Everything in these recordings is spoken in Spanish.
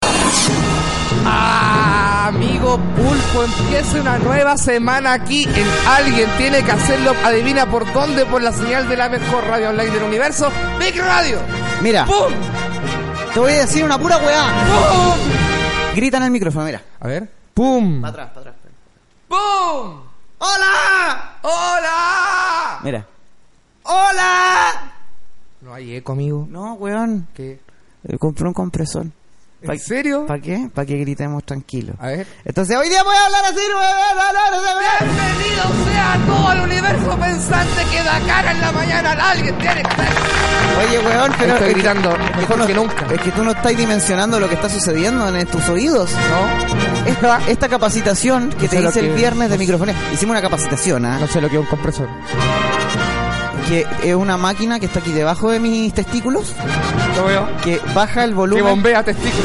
querido Ah, Pulpo. Empieza una nueva semana aquí en Alguien Tiene que hacerlo. Adivina por dónde, por la señal de la mejor radio online del universo, Big Radio. Mira, ¡Pum! te voy a decir una pura weá. ¡Pum! Gritan al micrófono, mira. A ver. ¡Pum! Para atrás, para atrás. ¡Pum! ¡Hola! ¡Hola! Mira. ¡Hola! No hay eco, amigo. No, weón. ¿Qué? Eh, Compré un compresor. ¿En serio? ¿Para qué? Para que gritemos tranquilos. A ver. Entonces hoy día voy a hablar así, weón, weón, weón, weón. Bienvenido sea todo el universo pensante que da cara en la mañana. Alguien tiene que hacer. Oye, weón, Estoy pero. es que- gritando es mejor tú no- que nunca. Es que tú no estás dimensionando lo que está sucediendo en tus oídos. No, Esta, esta capacitación que No sé te lo hice el que- viernes de microfonía. Hicimos una capacitación, ¿ah? no sé lo que es un compresor. Que es una máquina que está aquí debajo de mis testículos. Lo veo. Que baja el Que volumen. bombea testículos.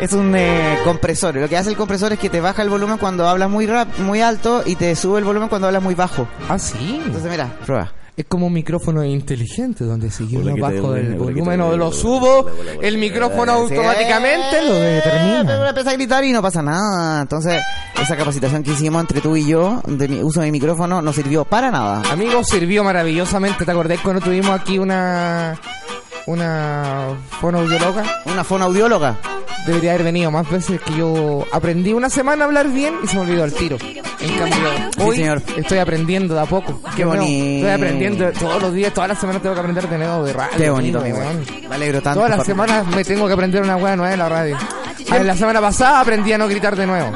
Es un eh, compresor. Lo que hace el compresor es que te baja el volumen cuando hablas muy rap, muy alto y te sube el volumen cuando hablas muy bajo. Ah, sí. Entonces, mira, prueba. Es como un micrófono inteligente donde si yo Hola, no ¿qué tal? bajo el Hola, ¿qué volumen tal? o lo Hola, subo, hola, hola, hola, el hola. micrófono Sí. automáticamente lo Pero determina. empieza a gritar y no pasa nada. Entonces, esa capacitación que hicimos entre tú y yo de mi uso de mi micrófono no sirvió para nada. Amigo, sirvió maravillosamente. ¿Te acordás cuando tuvimos aquí una una fonoaudióloga? Una fonoaudióloga. Debería haber venido más veces que yo aprendí una semana a hablar bien y se me olvidó el tiro. En cambio, Sí, hoy señor. estoy aprendiendo de a poco. Qué Bueno, bonito. Estoy aprendiendo todos los días, todas las semanas tengo que aprender de nuevo de radio. Qué bonito, amigo, amigo. weón. Me alegro tanto. Todas las por- semanas me tengo que aprender una hueá nueva en la radio. Ah, La semana pasada aprendí a no gritar de nuevo.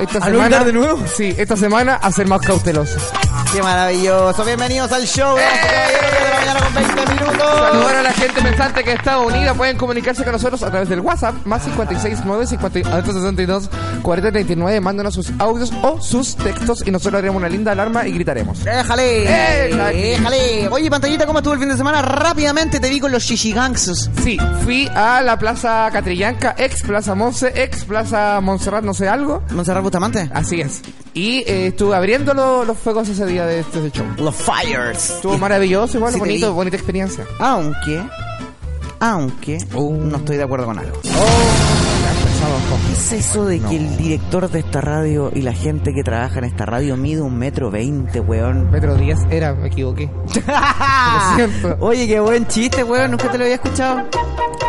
Esta ¿A no semana, gritar de nuevo? Sí, esta semana a ser más cauteloso. Qué maravilloso. Bienvenidos al show. Gracias, caballero. Diez de la mañana con 20 minutos. Saludar a la gente pensante que está unida. Pueden comunicarse con nosotros a través del WhatsApp, más 569 5862 4039. Mándanos sus audios o sus textos y nosotros haremos una linda alarma y gritaremos. Déjale. Déjale. Déjale. Oye, pantallita, ¿cómo estuvo el fin de semana? Rápidamente te vi con los shishigangsus. Sí, fui a la Plaza Catrillanca, ex Plaza Monse, ex Plaza Montserrat, no sé algo. Monserrat Bustamante. Así es. Y eh, estuve abriendo lo- los fuegos ese día de este show. Los Fires. Estuvo maravilloso, igual Sí, te bonito, vi. bonita experiencia. Aunque, aunque, Oh. no estoy de acuerdo con algo. Empezamos con- ¿Es eso de que el director de esta radio y la gente que trabaja en esta radio mide un metro veinte, weón? Metro 10 era, me equivoqué. Lo siento. Oye, qué buen chiste, weón. Nunca te lo había escuchado.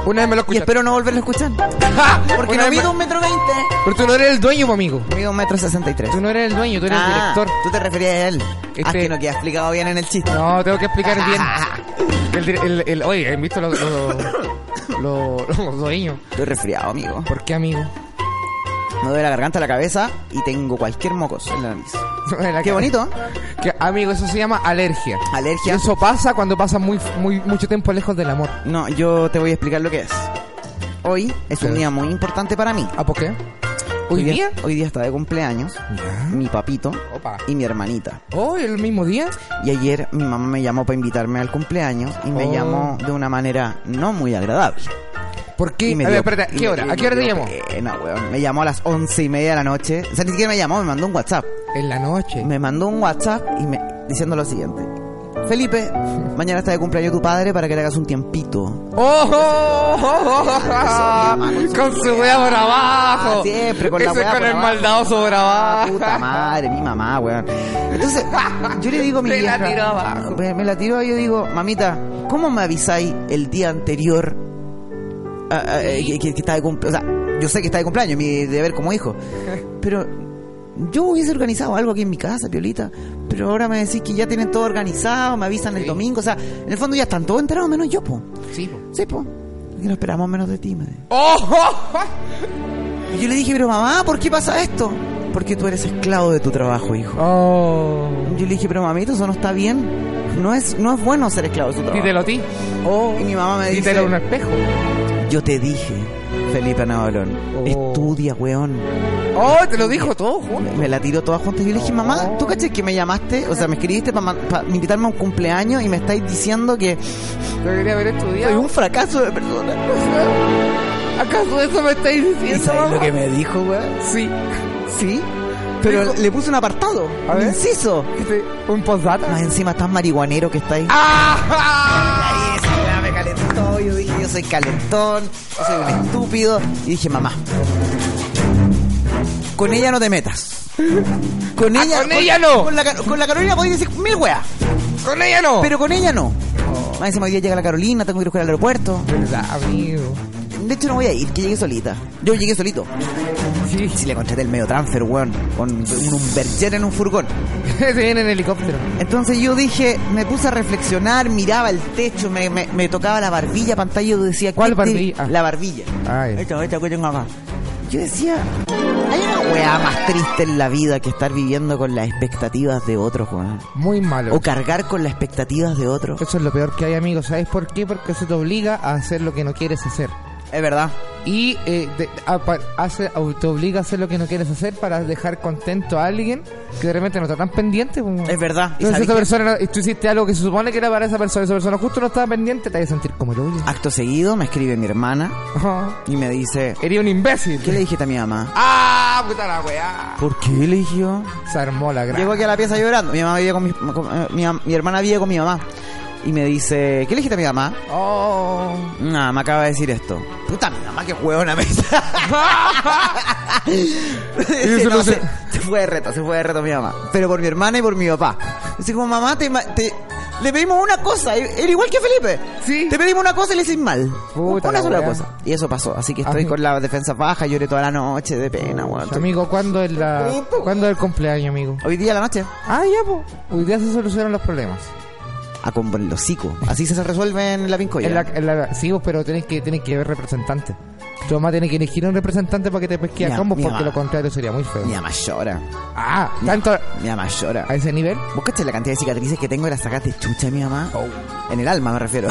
Una vez me lo Y escuché. espero no volverlo a escuchar. Porque no mido un metro veinte. Pero tú no eres el dueño, pues, amigo. Mido un metro sesenta y tres. Tú no eres el dueño, tú eres el Ah, director. Tú te referías a él. Ah, Este- que no queda explicado bien en el chiste. No, tengo que explicar Ah. bien. El, dir- el- el- oye, ¿han visto los, los, los- los dueños? Estoy resfriado, amigo. ¿Por qué, amigo? Me duele la garganta, la cabeza y tengo cualquier mocos en la nariz. La Qué cara. bonito. Que, amigo, eso se llama alergia. Alergia. Eso pasa cuando pasa muy, muy, mucho tiempo lejos del amor. No, yo te voy a explicar lo que es. Hoy es un Sí. día muy importante para mí. ¿Ah, por qué? ¿Hoy día? Ah. Hoy día está de cumpleaños mi papito Opa. y mi hermanita. ¿Hoy, el mismo día? Y ayer mi mamá me llamó para invitarme al cumpleaños y me Oh. llamó de una manera no muy agradable. ¿Por qué? Y me a ver, dio- espérate, ¿a y qué me- hora? y ¿A qué hora me te dio llamo? pena, weón. Me llamó a las once y media de la noche. O sea, ni siquiera me llamó, me mandó un WhatsApp. En la noche. Me mandó un WhatsApp y me diciendo lo siguiente. Felipe, mañana está de cumpleaños tu padre para que le hagas un tiempito. ¡Oh! oh, oh, oh, oh. Con su wea por abajo. Ah, Siempre con la Ese wea con por el abajo. Ah, maldadoso por abajo. Puta madre, mi mamá, weón. Entonces, yo le digo a mi Te la vieja- tiró abajo. Me, me la tiró y yo digo, mamita, ¿cómo me avisáis el día anterior a- a- eh, que, que- que está de cumpleaños? O sea, yo sé que está de cumpleaños, mi deber como hijo. Pero yo hubiese organizado algo aquí en mi casa, Piolita. Pero ahora me decís que ya tienen todo organizado, me avisan el Sí. domingo. O sea, en el fondo ya están todos enterados, menos yo, po. Sí, po. Sí, po. Que no esperamos menos de ti, me dijo. ¡Oh! oh, oh. Y yo le dije, pero mamá, ¿por qué pasa esto? Porque tú eres esclavo de tu trabajo, hijo. Oh. Yo le dije, pero mamito, eso no está bien. No es, no es bueno ser esclavo de tu trabajo. Dítelo a ti. Oh, y mi mamá me dice, Dítelo a un espejo. yo te dije, Felipe Navalón, Oh. estudia, weón. Oh, te lo dijo todo, Juan. Me la tiró toda junta y yo le dije, mamá, ¿tú caché que me llamaste? O sea, me escribiste para invitarme a un cumpleaños y me estáis diciendo que Debería haber soy estudiado. un fracaso de persona. ¿Acaso eso me estáis ¿Y diciendo? sabes lo mamá? que me dijo, weón? Sí. Sí, pero Dijo- le puse un apartado, A un ver. inciso. Este, ¿Un postdata? Más encima estás marihuanero que está ahí. ¡Ah! Ahí esa weá me calentó, yo dije yo soy calentón, yo soy un estúpido. Y dije, mamá, Con ella no te metas. Con ella, Ah, con ella no. Oh. Con la, Car- con la Carolina podéis decir mil weas, Con ella no. pero con ella no. Oh. Más encima hoy día llega la Carolina, tengo que ir a buscar al aeropuerto. Verdad, amigo. De hecho, no voy a ir, que llegué solita. Yo llegué solito. Sí. Si le contraté el medio transfer, weón, con un Humberger en un furgón. Se viene en helicóptero. Entonces yo dije, me puse a reflexionar, miraba el techo, me, me- me tocaba la barbilla, pantalla, yo decía, ¿qué ¿Cuál te- barbilla? Ah. La barbilla. Ay. Esta, esta que tengo acá. Yo decía, hay una weá más triste en la vida que estar viviendo con las expectativas de otros, weón. Muy malo. O cargar con las expectativas de otros. Eso es lo peor que hay, amigos. ¿Sabes por qué? Porque se te obliga a hacer lo que no quieres hacer. Es verdad. Y eh, te- a- pa- hace, au- te obliga a hacer lo que no quieres hacer para dejar contento a alguien que de repente no está tan pendiente. como- Es verdad. Y Entonces sabéis esa que- persona, no- y tú hiciste algo que se supone que era para esa persona, esa persona justo no estaba pendiente, te vas a sentir como el hoyo. Acto seguido me escribe mi hermana Ajá. y me dice, Eres un imbécil. Ah. ¿qué le dijiste a mi mamá? ¡Ah, puta la weá! ¿Por qué le dije yo? Se armó la gran. Llego aquí a la pieza llorando. Mi mamá vive con mi, con- eh, mi, mam- mi hermana vive con mi mamá. Y me dice, ¿qué le dijiste a mi mamá? Oh. Nada, me acaba de decir esto. Puta, mi mamá, qué huevona me eso dice, no no, se, se- se fue de reto, se fue de reto mi mamá. Pero por mi hermana y por mi papá. Así como, mamá, te, ma- te- le pedimos una cosa. y- Era igual que Felipe. Sí. Te pedimos una cosa y le hicimos mal. Puta una la sola wea. cosa. Y eso pasó. Así que estoy Amigo. con la defensa baja. Lloré toda la noche de pena, weón. Amigo, ¿cuándo es, la... ¿cuándo es el cumpleaños, amigo? Hoy día a la noche. Ah, ya, pues. Hoy día se solucionan los problemas. A con el hocico. Así se resuelve en la pincoya. En la, en la- sí, vos, pero tenés que, tenés que ver representante. Tu mamá tiene que elegir un representante para que te pesque a Ya, combos, mi porque mamá. lo contrario sería muy feo. Mi mamá llora. Ah, tanto a Mi mamá llora. ese nivel. ¿Vos cachai la cantidad de cicatrices que tengo de las sacas de chucha, mi mamá? Oh. En el alma, me refiero.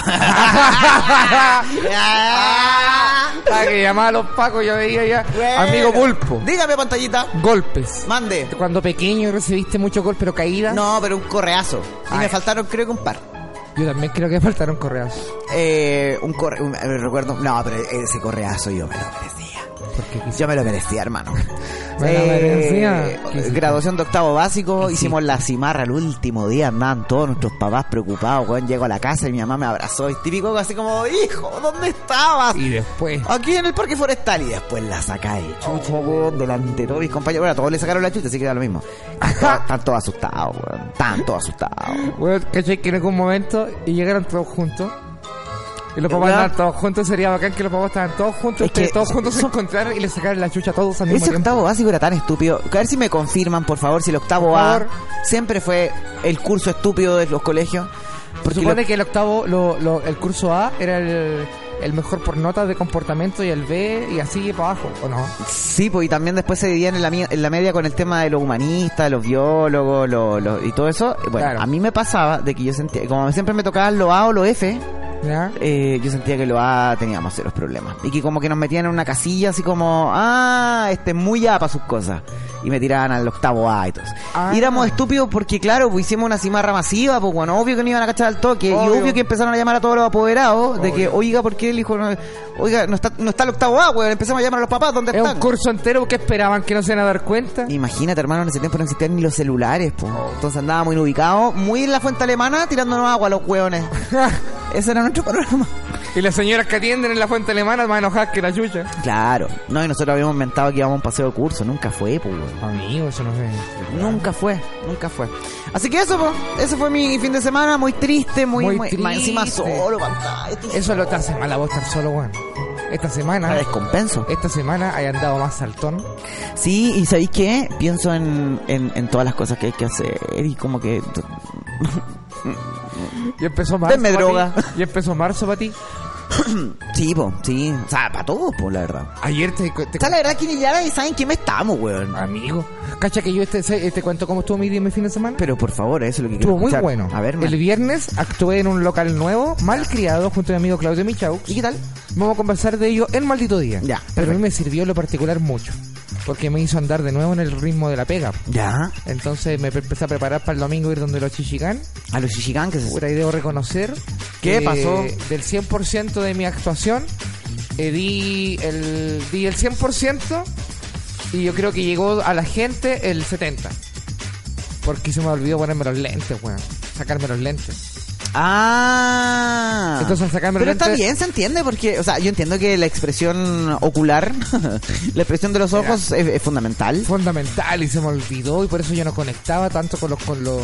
Ah, que llamaba a los pacos, yo veía ya. Amigo Pulpo, Dígame, pantallita. golpes. Mande. Cuando pequeño recibiste muchos golpes, pero caídas. No, pero un correazo. Y Ay. me faltaron, creo que un par. Yo también creo que faltaron correas. Eh, un corre... un- eh, recuerdo... No, pero ese correazo yo me lo merecía. Porque quizás- Yo me lo merecía, hermano. Eh, Me lo merecía. ¿Qué hiciste? graduación de octavo básico, hicimos la cimarra el último día, andaban todos nuestros papás preocupados, weón. Llego a la casa y mi mamá me abrazó, y típico así como, hijo, ¿dónde estabas? Y después. Aquí en el parque forestal y después la sacáis. Chucha, Oh. weón, delante de todos mis compañeros. Bueno, a todos le sacaron la chucha, así que da lo mismo. Están todos asustados, weón. Están todos asustados. Bueno, ¿cachai? Que en algún momento y llegaron todos juntos. Y los papás ¿Verdad? estaban todos juntos, sería bacán que los papás estaban todos juntos, Es que ustedes todos juntos se son- encontraron y le sacaron la chucha a todos al mismo Ese tiempo. octavo básico era tan estúpido. A ver si me confirman, por favor, si el octavo Por A favor. siempre fue el curso estúpido de los colegios. Se Porque supone que el octavo, lo- lo- el curso A era el, el mejor por notas de comportamiento y el B y así para abajo, ¿o no? Sí, pues y también después se dividían en la, mie- en la media con el tema de los humanistas, los biólogos lo- lo- y todo eso. Bueno, Claro. a mí me pasaba de que yo sentía, como siempre me tocaban lo A o lo F, ¿Ya? eh, yo sentía que lo A teníamos serios problemas. Y que como que nos metían en una casilla así como, ah, este es muy A para sus cosas. Y me tiraban al octavo A y todo eso. Ah. Y éramos estúpidos porque, claro, pues, hicimos una cimarra masiva, pues bueno, obvio que no iban a cachar al toque. Obvio. Y obvio que empezaron a llamar a todos los apoderados de que, oiga, ¿por qué el hijo no... Oiga, no está, no está el octavo A, weón, empezamos a llamar a los papás, ¿dónde Es están? un curso entero que esperaban que no se iban a dar cuenta. Imagínate, hermano, en ese tiempo no existían ni los celulares, pues. Entonces andábamos inubicados, muy en la fuente alemana, tirándonos agua a los hueones. Ese era nuestro programa. y las señoras que atienden en la fuente alemana más enojadas que la chucha. Claro. No, y nosotros habíamos inventado que íbamos a un paseo de curso. Nunca fue, pues, weón. Amigo, eso no sé. Nunca fue, nunca fue. Así que eso, pues. Ese fue mi fin de semana, muy triste, muy... Muy muy, triste. más encima solo, pantalla. Estoy Eso lo te hace mal a vos estar solo, weón. Esta a semana, descompenso. esta semana hay andado más saltón. Sí, y ¿sabéis qué? Pienso en, en, en todas las cosas que hay que hacer y como que... Y empezó marzo. Denme pa' droga. ti. Y empezó marzo para ti. Sí, pues, sí. O sea, para todos, pues, la verdad. Ayer te, te- O sea, la verdad que ni ya nadie sabe en qué me estamos, weón. amigo. Cacha que yo este, se- te cuento cómo estuvo mi día mi fin de semana. Pero por favor, eso es lo que quiero estuvo muy escuchar. bueno. A ver, man. el viernes actué en un local nuevo, mal criado, junto a mi amigo Claudio Michaux. ¿y qué tal? Vamos a conversar de ello en maldito día. Pero Ya, a mí perfecto. me sirvió en lo particular mucho. Porque me hizo andar de nuevo en el ritmo de la pega. Ya. Entonces me empecé a preparar para el domingo ir donde los chichicán. A los Shishigan que se... Puta, y debo reconocer ¿Qué que pasó? del 100% de mi actuación eh, di el di el 100% y yo creo que llegó a la gente el 70. Porque se me olvidó ponerme los lentes, weón. Sacarme los lentes. Ah. Entonces, sacándome Pero los está lentes- bien, se entiende, porque, o sea, yo entiendo que la expresión ocular, la expresión de los ojos es, es fundamental. fundamental y se me olvidó y por eso yo no conectaba tanto con los con los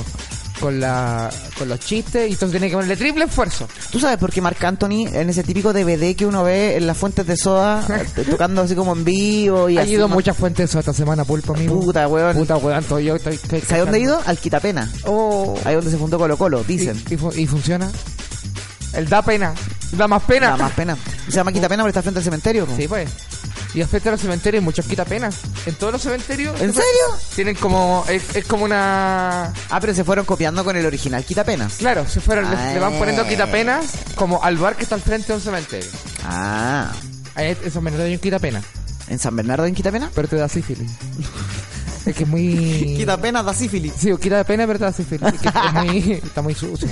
con la con los chistes y entonces tenía que ponerle triple esfuerzo. ¿Tú sabes por qué Marc Anthony, en ese típico DVD que uno ve en las fuentes de soda, eh, tocando así como en vivo y Ha así ido como- muchas fuentes eso esta semana, pulpo amigo. Puta, weón. Puta weón, todo yo estoy, estoy ¿Sabes dónde ha cachando. ido? Al Quitapena. Oh. Ahí donde se fundó Colo Colo, dicen. Y, y fu- y funciona. El da pena. Da más pena. Da más pena. Se llama Quitapena porque está frente al cementerio. po. Sí, pues. Y respecto a los cementerios, muchos quita pena. En todos los cementerios. ¿En serio? Tienen como. Es, es como una. Ah, pero se fueron copiando con el original Quitapena. Claro, si fueron, le, Ah. le van poniendo quitapenas como al bar que está al frente de un cementerio. Ah. Ahí en San Bernardo hay un quitapena, ¿En San Bernardo en Quitapena? pero te da sífilis. es que es muy. Quitapena da sífilis. Sí, o quitapena, pero te da sífilis. Es que es muy- está muy sucio.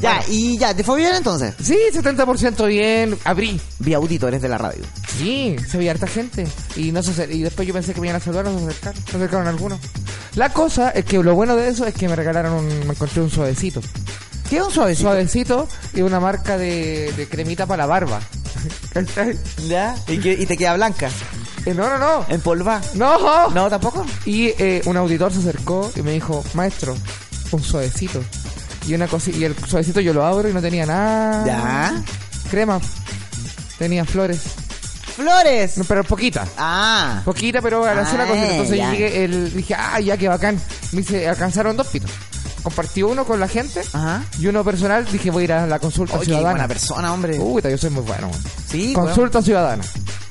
Ya, y ya, ¿te fue bien entonces? Sí, 70% bien. Abrí. Vi auditores de la radio. Sí, se veía harta gente. Y no se acer- y después yo pensé que me iban a saludar, no se acercaron. Se acercaron algunos. La cosa es que lo bueno de eso es que me regalaron un, me encontré un suavecito. ¿Qué es un suavecito? Suavecito y una marca de, de cremita para la barba. ¿Cachai? ¿Ya? ¿Y, que- y te queda blanca. Eh, no, no, no. En polva. No. No, tampoco. Y eh, un auditor se acercó y me dijo, maestro, un suavecito. Y una cosa, y el suavecito yo lo abro y no tenía nada. Ya. Crema. Tenía flores. Flores. No, pero poquita. Ah. Poquita, pero a la cena Ah, cosita. Entonces ya. llegué, el, dije, ah, ya, qué bacán. Me dice, alcanzaron dos pitos. Compartí uno con la gente Ajá. y uno personal. Dije, voy a ir a la consulta Oye, buena ciudadana. persona, hombre. Puta, yo soy muy bueno. weón. Sí, consulta ciudadana. weón.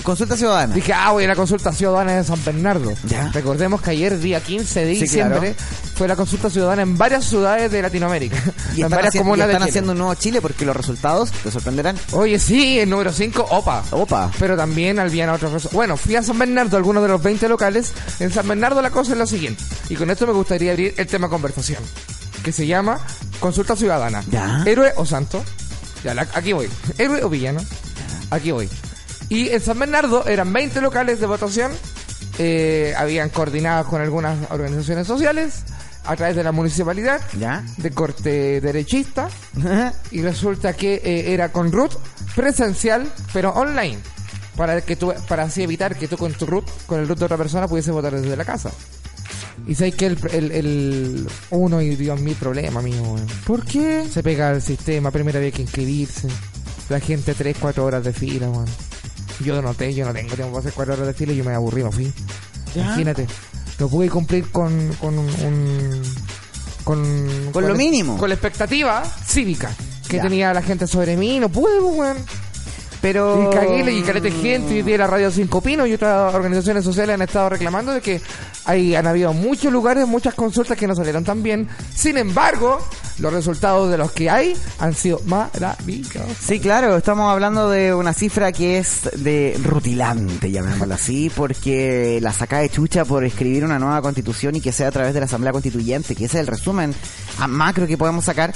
Consulta ciudadana. Dije, ah, voy a la consulta ciudadana de San Bernardo. Ya. Recordemos que ayer, día 15 de Sí, diciembre, fue la consulta ciudadana en varias ciudades de Latinoamérica. en Y están, varias haciendo, y comunas de están Chile. haciendo un nuevo Chile porque los resultados te sorprenderán. Oye, sí, el número 5, opa. Opa. Pero también habían otros resu- Bueno, fui a San Bernardo, algunos de los 20 locales. En San Bernardo la cosa es la siguiente. Y con esto me gustaría abrir el tema conversación. Que se llama Consulta Ciudadana. Ya. ¿Héroe o santo? Ya, la- aquí voy. ¿Héroe o villano? Aquí voy. Y en San Bernardo eran 20 locales de votación. eh, habían coordinados con algunas organizaciones sociales a través de la municipalidad Ya. de corte derechista y resulta que eh, era con root presencial pero online para que tú para así evitar que tú con tu root con el root de otra persona pudiese votar desde la casa y sabes que el, el, el- uno y Dios mi problema amigo weón. ¿Por qué? se pega el sistema primero había que inscribirse la gente 3, 4 horas de fila weón. yo no te, yo no tengo tiempo para hacer 4 horas de fila y yo me aburrí me fui Ya. imagínate no pude cumplir con con un, un- con, Con lo la- mínimo. con la expectativa cívica que Ya. tenía la gente sobre mí no pude pues, weón Mm. Pero. y cagué y carete gente y de la radio Cinco Pinos y otras organizaciones sociales han estado reclamando de que hay, han habido muchos lugares, muchas consultas que no salieron tan bien. Sin embargo, los resultados de los que hay han sido maravillosos. Sí, claro, estamos hablando de una cifra que es de rutilante, llamémosla así, porque la saca de chucha por escribir una nueva constitución y que sea a través de la Asamblea Constituyente, que ese es el resumen a macro que podemos sacar.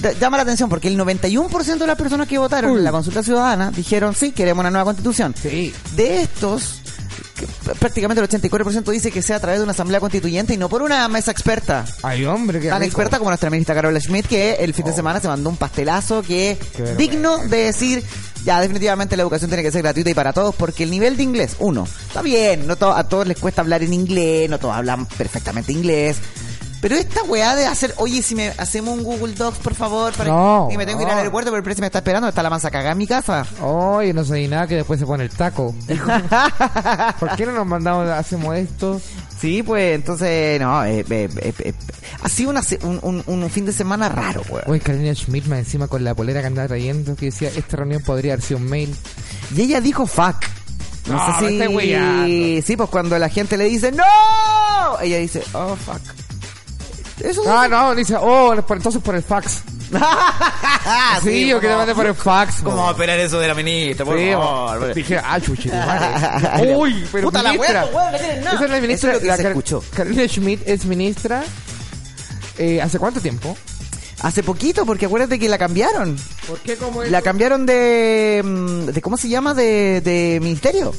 Da- llama la atención porque el 91% de las personas que votaron en la consulta ciudadana dijeron, sí, queremos una nueva constitución. Sí. De estos, que p- prácticamente el 84% dice que sea a través de una Asamblea Constituyente y no por una mesa experta Ay, hombre, qué tan rico. experta como nuestra ministra Carola Schmidt, que el fin de Oh. semana se mandó un pastelazo que Qué es vergüenza. digno de decir, ya definitivamente la educación tiene que ser gratuita y para todos, porque el nivel de inglés, uno, está bien, no to- a todos les cuesta hablar en inglés, no todos hablan perfectamente inglés. Pero esta weá de hacer, oye, si me hacemos un Google Docs, por favor, para No, y me tengo que ir no. al aeropuerto, pero el precio me está esperando, está la mansa cagada en mi casa. Oye, no sé ni nada que después se pone el taco. ¿Por qué no nos mandamos, hacemos esto? sí, pues entonces, no, eh, eh, eh, eh, ha sido una se- un, un- un fin de semana raro, weón. Oye, Carolina Schmidt más encima con la polera que andaba trayendo, que decía, esta reunión podría haber sido un mail. Y ella dijo fuck. No, No, sé me si. estáis weyando. sí, pues cuando la gente le dice ¡No! Ella dice, oh fuck. Eso Ah, no, dice, oh, por- entonces por el fax. Ah, Sí, yo que te como- mandé por el fax. ¿Cómo va a weón. operar eso de la ministra? Por Sí, favor. weón. Por- Dije, ah, chuchi, madre. Uy, pero Puta la ministra. weá, weón, no tienen nada. Esa es la ministra. Eso es lo que la se Car- escuchó. Carolina Schmidt es ministra. eh, ¿Hace cuánto tiempo? Hace poquito, porque acuérdate que la cambiaron. ¿Por qué como La cambiaron de. mm, de ¿Cómo se llama? De, de ministerio.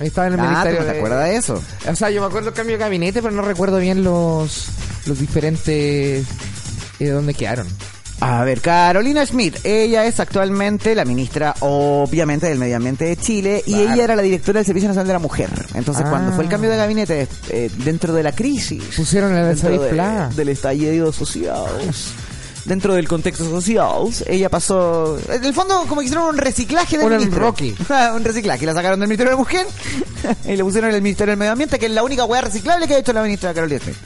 Estaba en el Ah, ministerio. ¿tú no de- te acuerdas de eso? O sea, yo me acuerdo el cambio de gabinete, pero no recuerdo bien los, los diferentes. eh, ¿Dónde quedaron? A ver, Carolina Schmidt, ella es actualmente la ministra, obviamente, del Medio Ambiente de Chile y Claro. ella era la directora del Servicio Nacional de la Mujer. Entonces, Ah. cuando fue el cambio de gabinete, eh, dentro de la crisis, Pusieron el dentro Elizabeth de- Pla. del estallido social, dentro del contexto social, ella pasó. En el fondo, como que hicieron un reciclaje del Un ministro. enroque. un reciclaje. La sacaron del Ministerio de la Mujer y le pusieron en el Ministerio del Medio Ambiente, que es la única hueá reciclable que ha hecho la ministra Carolina Schmidt.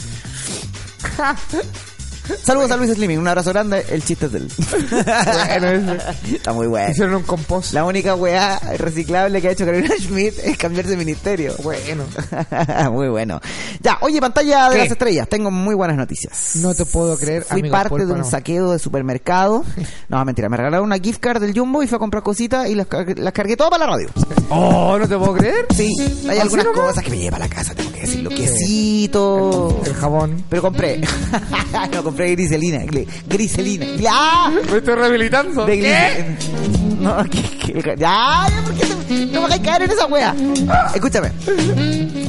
Saludos a Luis Slimming, un abrazo grande, el chiste es de él. Bueno, es- Está muy bueno. hicieron un compost. La única weá reciclable que ha hecho Carolina Schmidt es cambiarse de ministerio. Bueno, muy bueno. Ya, oye, pantalla de ¿Qué? las estrellas, tengo muy buenas noticias. no te puedo creer. Fui amigo parte de Pulpo, un no. saqueo de supermercado. No, mentira, me regalaron una gift card del Jumbo y fui a comprar cositas y las, car- las cargué todas para la radio. Oh, no te puedo creer. Sí, hay ¿Así algunas ¿Ah, nomás? cosas que me lleva a la casa, tengo que decirlo. Quesito. El jabón. Pero compré. no, compré griselina. gli- Griselina. ¡Ah! Me estoy rehabilitando. De ¿Qué? glis- No, que, que- ya, ya, ¿por qué te- no me hagáis caer en esa wea? Escúchame.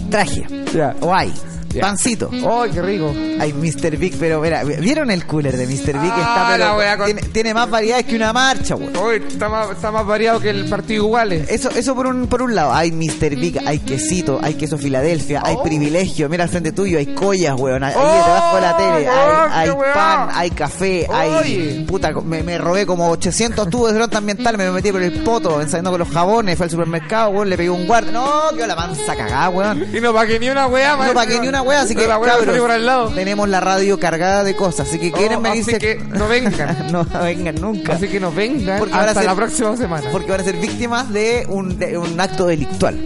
Traje. Ya. O hay. Ya. Pancito. ¡Ay, Oh, qué rico! Ay, Mr. Big, pero mira, ¿vieron el cooler de Mr. Big? Ah, está, pero la wea con- tiene, tiene más variedades que una marcha, weón. Hoy está más, está más variado que el partido eh. iguales. Eso, eso por un, por un lado. Hay Mr. Big, hay quesito, hay queso Filadelfia, hay Oh. privilegio. Mira al frente tuyo, hay collas, weón. Ahí Oh, debajo de la tele. weón, Hay, hay qué weá. pan, hay café, hay. Oye. Puta, me, me robé como 800 tubos de droga ambiental, me lo metí por el poto, ensayando con los jabones. Fue al supermercado, weón, le pegué un guardia. No, quedó la panza cagada, weón. Y no pagué ni una wea, No para que ni una wea, así que La wea cabros, salió por al lado. tenemos la radio cargada de cosas, así que quieren Oh, venirse Así que no vengan. no vengan nunca. Así que no vengan Porque ahora hasta se- la próxima semana. Porque van a ser víctimas de un, de un acto delictual.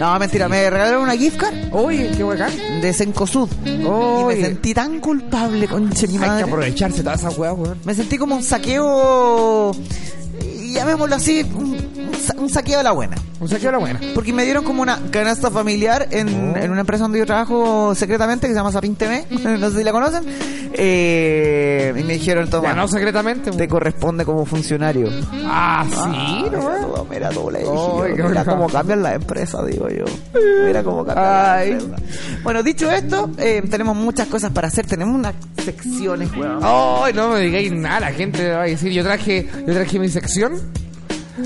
No, mentira, me regalaron una gift card Oye, qué bacán. de Cencosud. Y me Oye. sentí tan culpable, conche mi Hay madre. que aprovecharse todas esas weas, weón. Me sentí como un saqueo, llamémoslo así, un, un sa- un saqueo de la buena. O sea, que ahora buena. Porque me dieron como una canasta familiar Oh. en, en una empresa donde yo trabajo secretamente que se llama Sapin TV, no sé si la conocen. Eh, y me dijeron, toma, Ganado secretamente. te weón. corresponde como funcionario. Ah, sí, no, mira, weón. tú, mira, tú, le dije Ay, yo, qué mira bacán. cómo cambian las empresas, digo yo. Mira cómo cambian Ay. las empresas. Bueno, dicho esto, eh, tenemos muchas cosas para hacer. Tenemos unas secciones, weón. Ay, no me digáis nada, la gente va a decir, yo traje, yo traje mi sección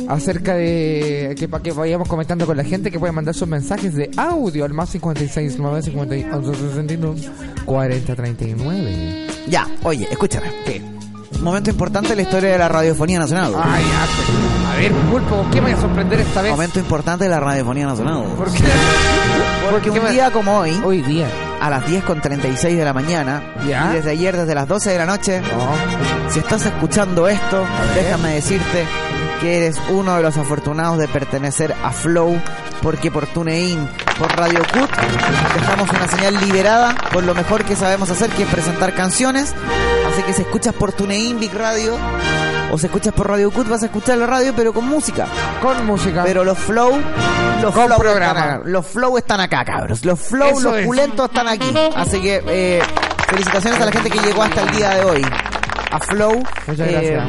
acerca de que para que vayamos comentando con la gente que puede mandar sus mensajes de audio al más 56 9 50 11 62 40 39. Ya, oye, escúchame. Momento importante en la historia de la radiofonía nacional. Ay, ya, pues. a ver, pulpo, ¿qué me voy a sorprender esta vez? Momento importante de la radiofonía nacional. ¿Por qué? Porque ¿Por qué un me- día como hoy, hoy día. a las 10.36 de la mañana, Ya. y desde ayer, desde las 12 de la noche, No. si estás escuchando esto, déjame decirte que eres uno de los afortunados de pertenecer a Flow, porque por TuneIn, por Radio Cut, dejamos una señal liberada por lo mejor que sabemos hacer, que es presentar canciones. Así que si escuchas por TuneIn, Big Radio, o si escuchas por Radio Cut, vas a escuchar la radio, pero con música. Con música. Pero los flow, los Con flow programa. están acá. Los flow están acá, cabros. Los flow, Eso los es. pulentos están aquí. Así que eh, felicitaciones a la gente que llegó hasta el día de hoy. A Flow, eh, Muchas gracias.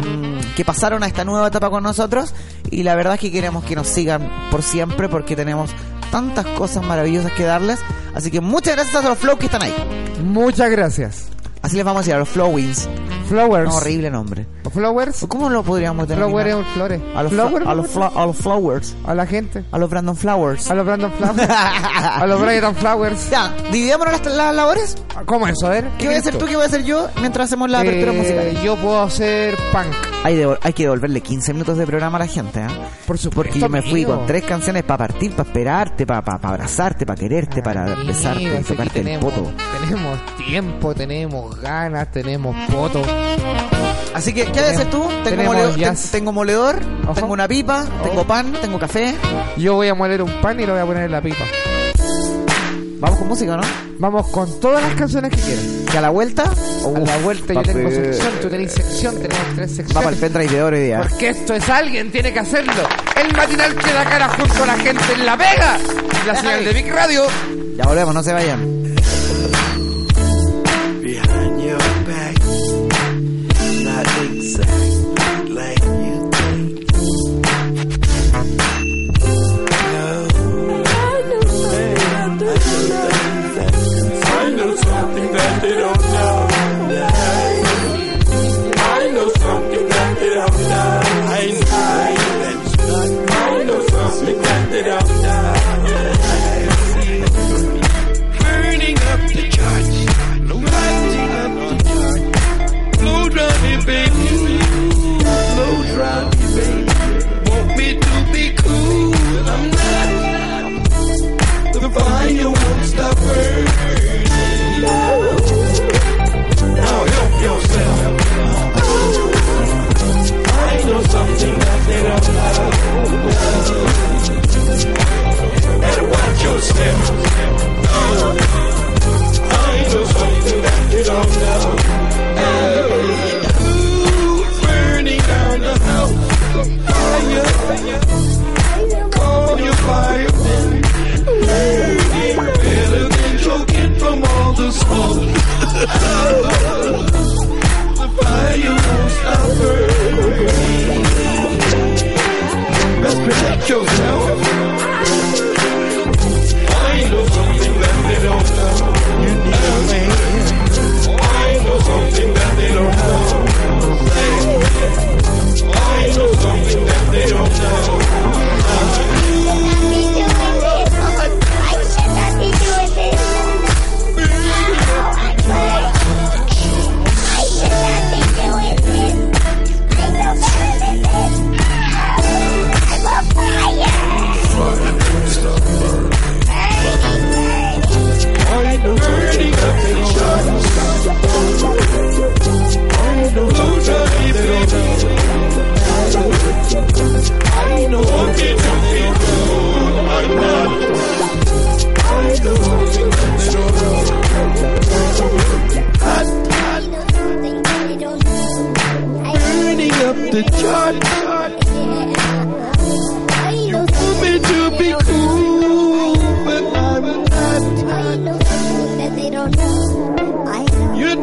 que pasaron a esta nueva etapa con nosotros y la verdad es que queremos que nos sigan por siempre porque tenemos tantas cosas maravillosas que darles. Así que muchas gracias a los Flow que están ahí. Muchas gracias. Así les vamos a decir a los Flowings. Flowers. No, horrible nombre. Flowers. ¿Cómo lo podríamos tener? Flowers o flores. A los, Flowers, fla- a, los fla- a los Flowers. a la gente. A los Brandon Flowers. A los Brandon Flowers. a los Brian Flowers. Ya, dividámonos las, las labores. ¿Cómo eso? A ver. ¿Qué voy a hacer tú? ¿Qué voy a hacer yo? Mientras hacemos la apertura Eh, musical. Yo puedo hacer punk. Hay, de- hay que devolverle 15 minutos de programa a la gente, ¿eh? Por supuesto. Porque yo me fui amigo. con tres canciones para partir, para esperarte, para abrazarte, para quererte, este, para Amigo, besarte, así para que tocarte el tenemos, poto. Tenemos tiempo, tenemos ganas, tenemos poto. Así que, ¿qué voy a hacer tú? Tengo, Tenemos moleo- jazz. ten- tengo moledor, Ojo. tengo una pipa, tengo pan, tengo café. Yo voy a moler un pan y lo voy a poner en la pipa. Vamos con música, ¿no? Vamos con todas las canciones que quieras. Que a la vuelta. A la vuelta yo papi. tengo sección, tú tenés sección, tenemos tres Va para el secciones. pendrive de oro hoy día. Porque esto es alguien, tiene que hacerlo. El matinal que da cara junto a la gente en La Vega. La señal de Big Radio. Ya volvemos, no se vayan. behind your back. Not exact like you think. No. I know something that they- I know something that they don't know. No. I know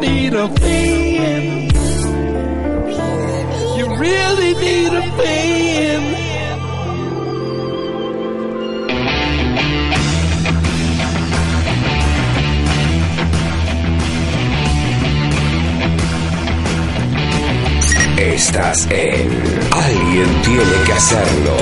need a fan. You really need a fan. Estás en Alguien tiene que hacerlo.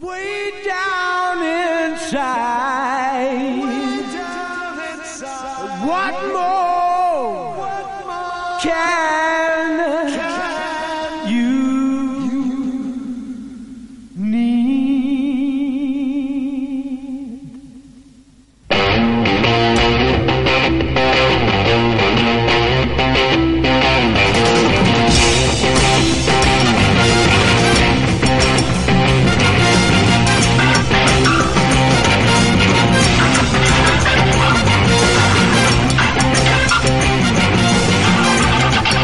Way down inside. What more can you need? Thank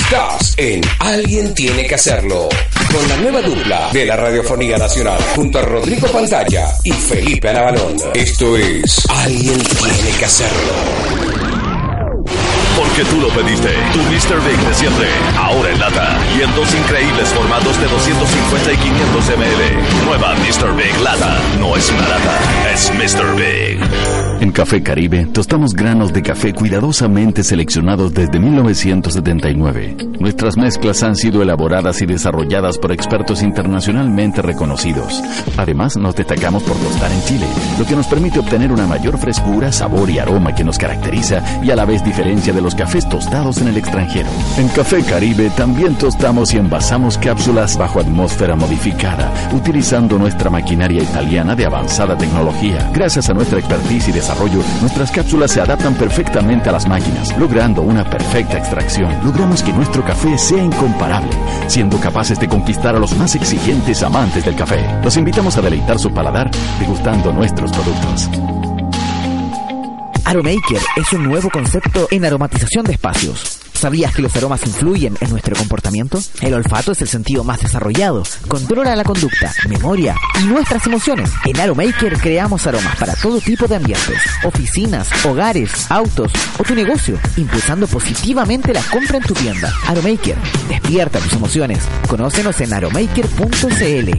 Estás en Alguien tiene que hacerlo. Con la nueva dupla de la Radiofonía Nacional, junto a Rodrigo Pantalla y Felipe Anabalón. Esto es Alguien tiene que hacerlo. Porque tú lo pediste. Tu Mr. Big de siempre. Ahora en lata. Y en dos increíbles formatos de 250 y 500 ml. Nueva Mr. Big lata. No es una lata. Es Mr. Big. En Café Caribe tostamos granos de café cuidadosamente seleccionados desde 1979. Nuestras mezclas han sido elaboradas y desarrolladas por expertos internacionalmente reconocidos. Además, nos destacamos por tostar en Chile, lo que nos permite obtener una mayor frescura, sabor y aroma que nos caracteriza y a la vez diferencia de los cafés tostados en el extranjero. En Café Caribe también tostamos y envasamos cápsulas bajo atmósfera modificada, utilizando nuestra maquinaria italiana de avanzada tecnología. Gracias a nuestra expertise y desarrollo, nuestras cápsulas se adaptan perfectamente a las máquinas, logrando una perfecta extracción. Logramos que nuestro café sea incomparable, siendo capaces de conquistar a los más exigentes amantes del café. Los invitamos a deleitar su paladar degustando nuestros productos. Aromaker es un nuevo concepto en aromatización de espacios. ¿Sabías que los aromas influyen en nuestro comportamiento? El olfato es el sentido más desarrollado, controla la conducta, memoria y nuestras emociones. En Aromaker creamos aromas para todo tipo de ambientes, oficinas, hogares, autos o tu negocio, impulsando positivamente la compra en tu tienda. Aromaker, despierta tus emociones. Conócenos en aromaker.cl.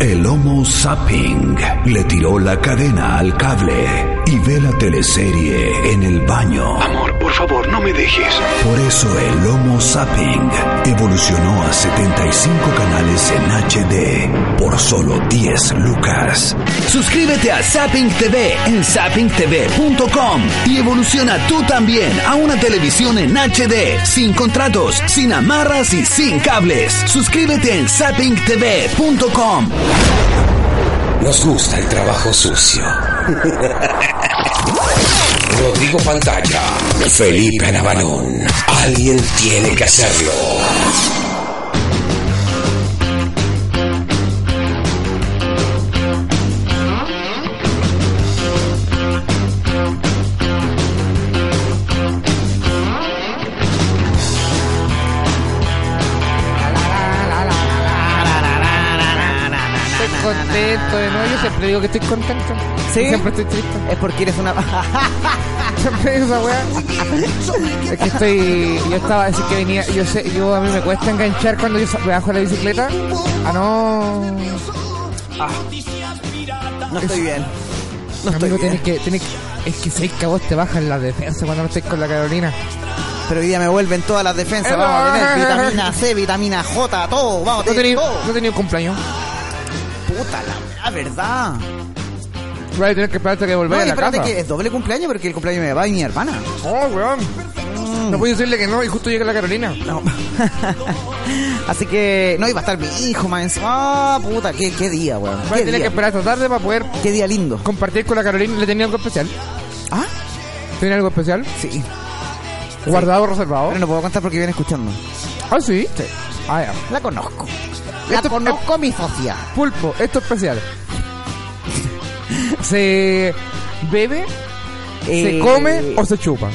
El Homo Sapping le tiró la cadena al cable y ve la teleserie en el baño. Amor, por favor, no me dejes. Por eso el Homo Sapping evolucionó a 75 canales en HD por solo 10 lucas. Suscríbete a Zapping TV en zappingtv.com y evoluciona tú también a una televisión en HD, sin contratos, sin amarras y sin cables. Suscríbete en zappingtv.com. Nos gusta el trabajo sucio. Rodrigo Pantalla, Felipe Anabalón. Alguien tiene que hacerlo. Estoy contento de nuevo. Yo siempre digo que estoy contento. ¿Sí? Siempre estoy triste. Es porque eres una. Siempre digo esa weá. Es que estoy. Yo estaba así que venía. Yo sé, yo a mí me cuesta enganchar cuando yo sa- me bajo la bicicleta. Ah, no. no estoy bien. No estoy Amigo, bien. tenés que, tenés que. Es que sé que a vos te bajan la defensa cuando no estés con la Carolina. Pero hoy día me vuelven todas las defensas. Vamos a tener vitamina C, vitamina J, todo. Vamos No a he tener tenido, todo. no he tenido cumpleaños. Puta la verdad. Voy a tener que esperar hasta que No, volver y a la espérate casa. que es doble cumpleaños porque el cumpleaños me va y mi hermana. Oh, weón. Mm. No puedo decirle que no y justo llega la Carolina. No. Así que no iba a estar mi hijo, man. Ah, puta, qué, qué día, weón. Voy a Qué tener que día, esperar hasta tarde para poder qué día lindo. compartir con la Carolina. ¿Le tenía algo especial? Ah, ¿Tenía algo especial? sí. ¿Guardado, reservado? Pero no puedo contar porque viene escuchando. Ah, sí. Ah, ya. La conozco. La Esto- conozco, mi socia. Pulpo, esto es especial. ¿Se bebe, se Eh, come o se chupa?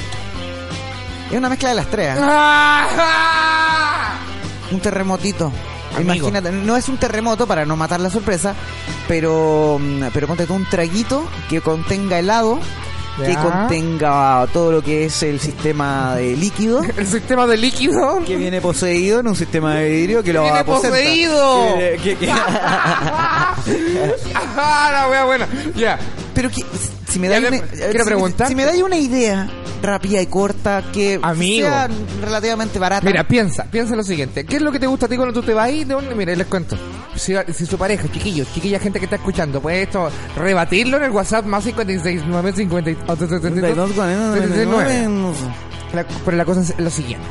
Es una mezcla de las tres. ¿eh? Un terremotito. Amigo. Imagínate, no es un terremoto para no matar la sorpresa, pero mm, pero ponte tú un traguito que contenga helado, que Ya. contenga todo lo que es el sistema de líquido. El sistema de líquido. que viene poseído en un sistema de vidrio que lo ¡Viene aposenta. poseído! Que- que- que- Ajá, la wea buena. Ya. Pero que, si me dais Ya, una, quiero si me- preguntarte. si me dais una idea rápida y corta que Amigo. sea relativamente barata. Mira, piensa, piensa lo siguiente. ¿Qué es lo que te gusta a ti cuando tú te vas ahí? ¿De dónde? Mira, les cuento. Si, si su pareja, chiquillos, chiquilla gente que está escuchando, puede esto rebatirlo en el WhatsApp más 56 9 58 72 39. La- pero la cosa es lo siguiente.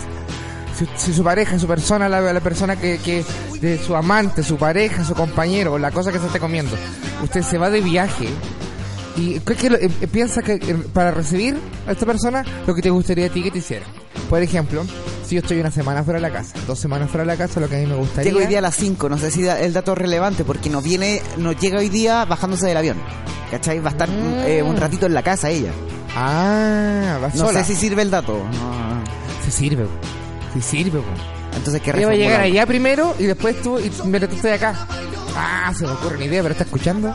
Si, si su pareja, su persona, la, la persona que, que de su amante, su pareja, su compañero, o la cosa que se esté comiendo, usted se va de viaje y ¿qué- qué lo- eh, eh, piensa que eh, para recibir a esta persona lo que te gustaría a ti que te hiciera. Por ejemplo, si yo estoy una semana fuera de la casa, dos semanas fuera de la casa, lo que a mí me gustaría. Llega hoy día a las 5, no sé si da- el dato es relevante porque nos viene, nos llega hoy día bajándose del avión. ¿Cachai? Va a estar Mm. eh, un ratito en la casa ella. Ah, va No sola. sé si sirve el dato. No, no, no. Se sirve. Sí sirve, pues. Entonces hay que Iba a llegar reformularlo. allá primero y después tú, y mira, tú estás acá. Ah, se me ocurre una idea, pero está escuchando.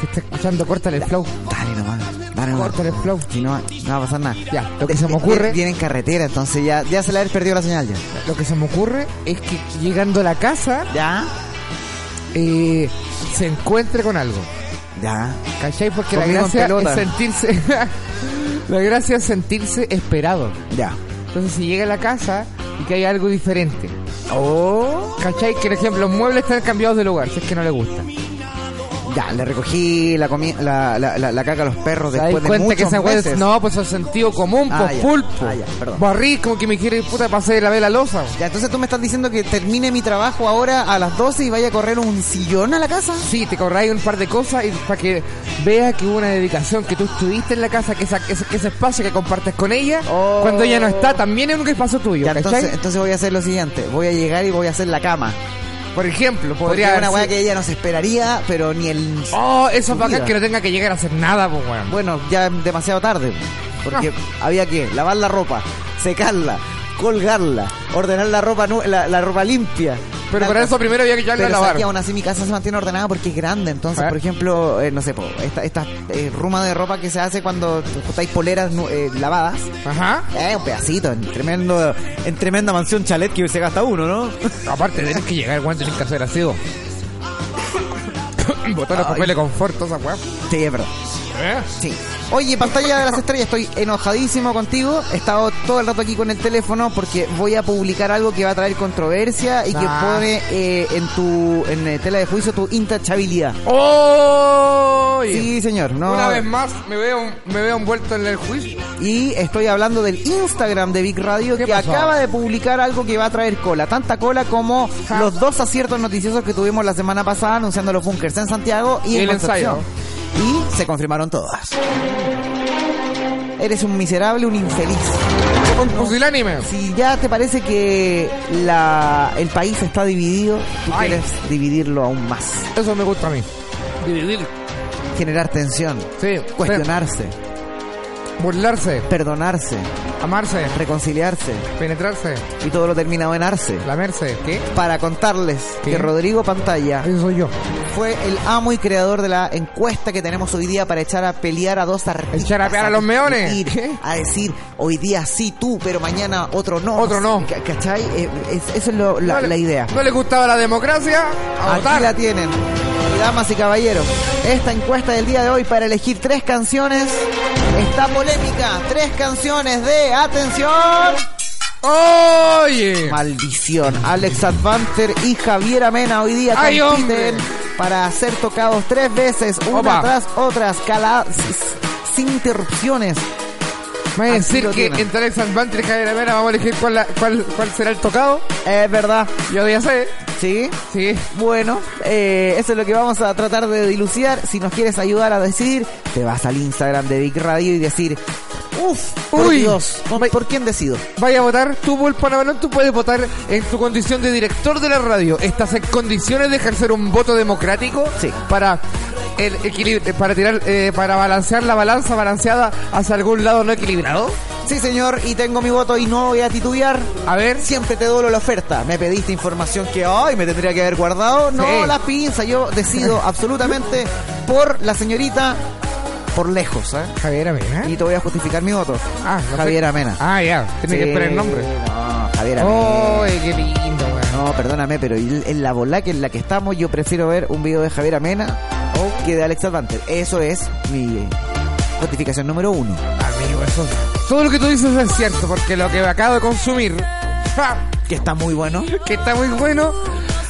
Se está escuchando, córtale el flow. Dale nomás, dale nomás. Córtale el flow. Y no, va- no va a pasar nada. Eh, Ya, lo que se me ocurre- Viene en carretera, entonces ya, ya se le ha perdido la señal ya. Lo que se me ocurre es que llegando a la casa Ya, eh, se encuentre con algo. ya. ¿Cachai? Porque la Conmigo en gracia es pelota. sentirse. la gracia es sentirse esperado. Ya. Entonces, si llega a la casa y que hay algo diferente. Oh. ¿Cachai? Que, por ejemplo, los muebles están cambiados de lugar, si es que no le gusta. Ya, le recogí la, comi- la, la, la, la caca a los perros ¿Te das después de cuenta muchos que esa weá es- meses. No, pues es sentido común, Ah, pues ya. pulpo. Ah, ya, perdón. Barrí, como que me quiere ir puta pasé de la vela losa. Ya, entonces tú me estás diciendo que termine mi trabajo ahora a las 12 y vaya a correr un sillón a la casa. Sí, te cobráis un par de cosas y para que veas que hubo una dedicación que tú estuviste en la casa, que, esa- que ese, que ese espacio que compartes con ella, Oh. cuando ella no está, también es un espacio tuyo, Ya, ¿cachai? entonces, entonces voy a hacer lo siguiente. Voy a llegar y voy a hacer la cama. Por ejemplo, Porque podría es una haber weá sido- que ella no se esperaría, pero ni el... Oh, eso es bacán Mira. que no tenga que llegar a hacer nada, pues weón. Bueno, ya es demasiado tarde. Porque Ah. había que lavar la ropa, secarla, colgarla, ordenar la ropa nu- la, la ropa limpia. Pero Tal- para eso primero había que echarle a Pero lavar. sabes que aún así mi casa se mantiene ordenada porque es grande. Entonces, Ah. por ejemplo, eh, no sé, po, esta, esta eh, ruma de ropa que se hace cuando juntáis poleras nu- eh, lavadas. Ajá. Eh, un pedacito, en tremendo, en tremenda mansión chalet que se gasta uno, ¿no? Aparte, tenés que llegar, weón, tenés que hacer así. vos. Botar los Ay. ¿Eh? papeles de confort, toda esa weón. Sí, es verdad. Sí. Oye, pantalla de las estrellas, estoy enojadísimo contigo. He estado todo el rato aquí con el teléfono porque voy a publicar algo que va a traer controversia y que Ah. pone eh, en tu en eh, tela de juicio tu intachabilidad. ¡Oh! Sí, señor. No. Una vez más me veo, me veo envuelto en el juicio. Y estoy hablando del Instagram de Big Radio ¿Qué que pasó? acaba de publicar algo que va a traer cola. Tanta cola como Ja. los dos aciertos noticiosos que tuvimos la semana pasada anunciando los bunkers en Santiago y Y en el ensayo. Concepción. Y se confirmaron todas. Eres un miserable, un infeliz. Con pusilánime. Si ya te parece que la, el país está dividido, tú Ay. quieres dividirlo aún más. Eso me gusta a mí. Generar tensión, Sí. cuestionarse, Burlarse, perdonarse, amarse, reconciliarse penetrarse, y todo lo terminado en arse. lamerse. ¿Qué? Para contarles Sí. que Rodrigo Pantalla Eso soy yo. fue el amo y creador de la encuesta que tenemos hoy día para echar a pelear a dos artistas. Echar a pelear a los meones. discutir, ¿Qué? A decir, hoy día sí tú, pero mañana otro no. Otro no. Ca- ¿Cachai? Eh, es- eso es lo- la, No le- la idea. ¿No le gustaba la democracia? A Aquí votar. la tienen. Y Damas y caballeros, esta encuesta del día de hoy para elegir tres canciones está polémica. Tres canciones de atención. ¡Oye! Maldición. Alex Advanter y Javier Amena hoy día ¡Ay, compiten hombre! para ser tocados tres veces, una Opa. tras otras, cala- s- s- sin interrupciones. ¿Me vas a Aquí decir lo que tienen. entre Alex Advanter y Javier Amena vamos a elegir cuál, la- cuál, cuál será el tocado? Es verdad, Yo ya sé. ¿sí? Sí. Bueno, eh, eso es lo que vamos a tratar de dilucidar. Si nos quieres ayudar a decidir, te vas al Instagram de Big Radio y decir, uff, por Uy. Dios, ¿por- ¿por quién decido? Vaya a votar, tú, Pulpo Navalón, tú puedes votar en tu condición de director de la radio. ¿Estás en condiciones de ejercer un voto democrático? Sí. Para el equilibrio, para tirar, eh, para balancear la balanza balanceada hacia algún lado no equilibrado. Sí, señor, y tengo mi voto y no voy a titubear. A ver. Siempre te doblo la oferta. Me pediste información que hoy me tendría que haber guardado. No, Sí. la pinza. Yo decido absolutamente por la señorita por lejos, ¿eh? Javier Amena. Y te voy a justificar mi voto. Ah, no sé. Javier Amena. Ah, ya. Tiene que Sí, esperar el nombre. No, Javier Amena. ¡Ay, qué lindo, weón! No, perdóname, pero el- en la bola que en la que estamos, yo prefiero ver un video de Javier Amena Oh, o que de Alex Advanter. Eso es mi justificación número uno. Amigo, eso. Todo lo que tú dices es cierto, porque lo que acabo de consumir. ¡ja! Que está muy bueno. Que está muy bueno.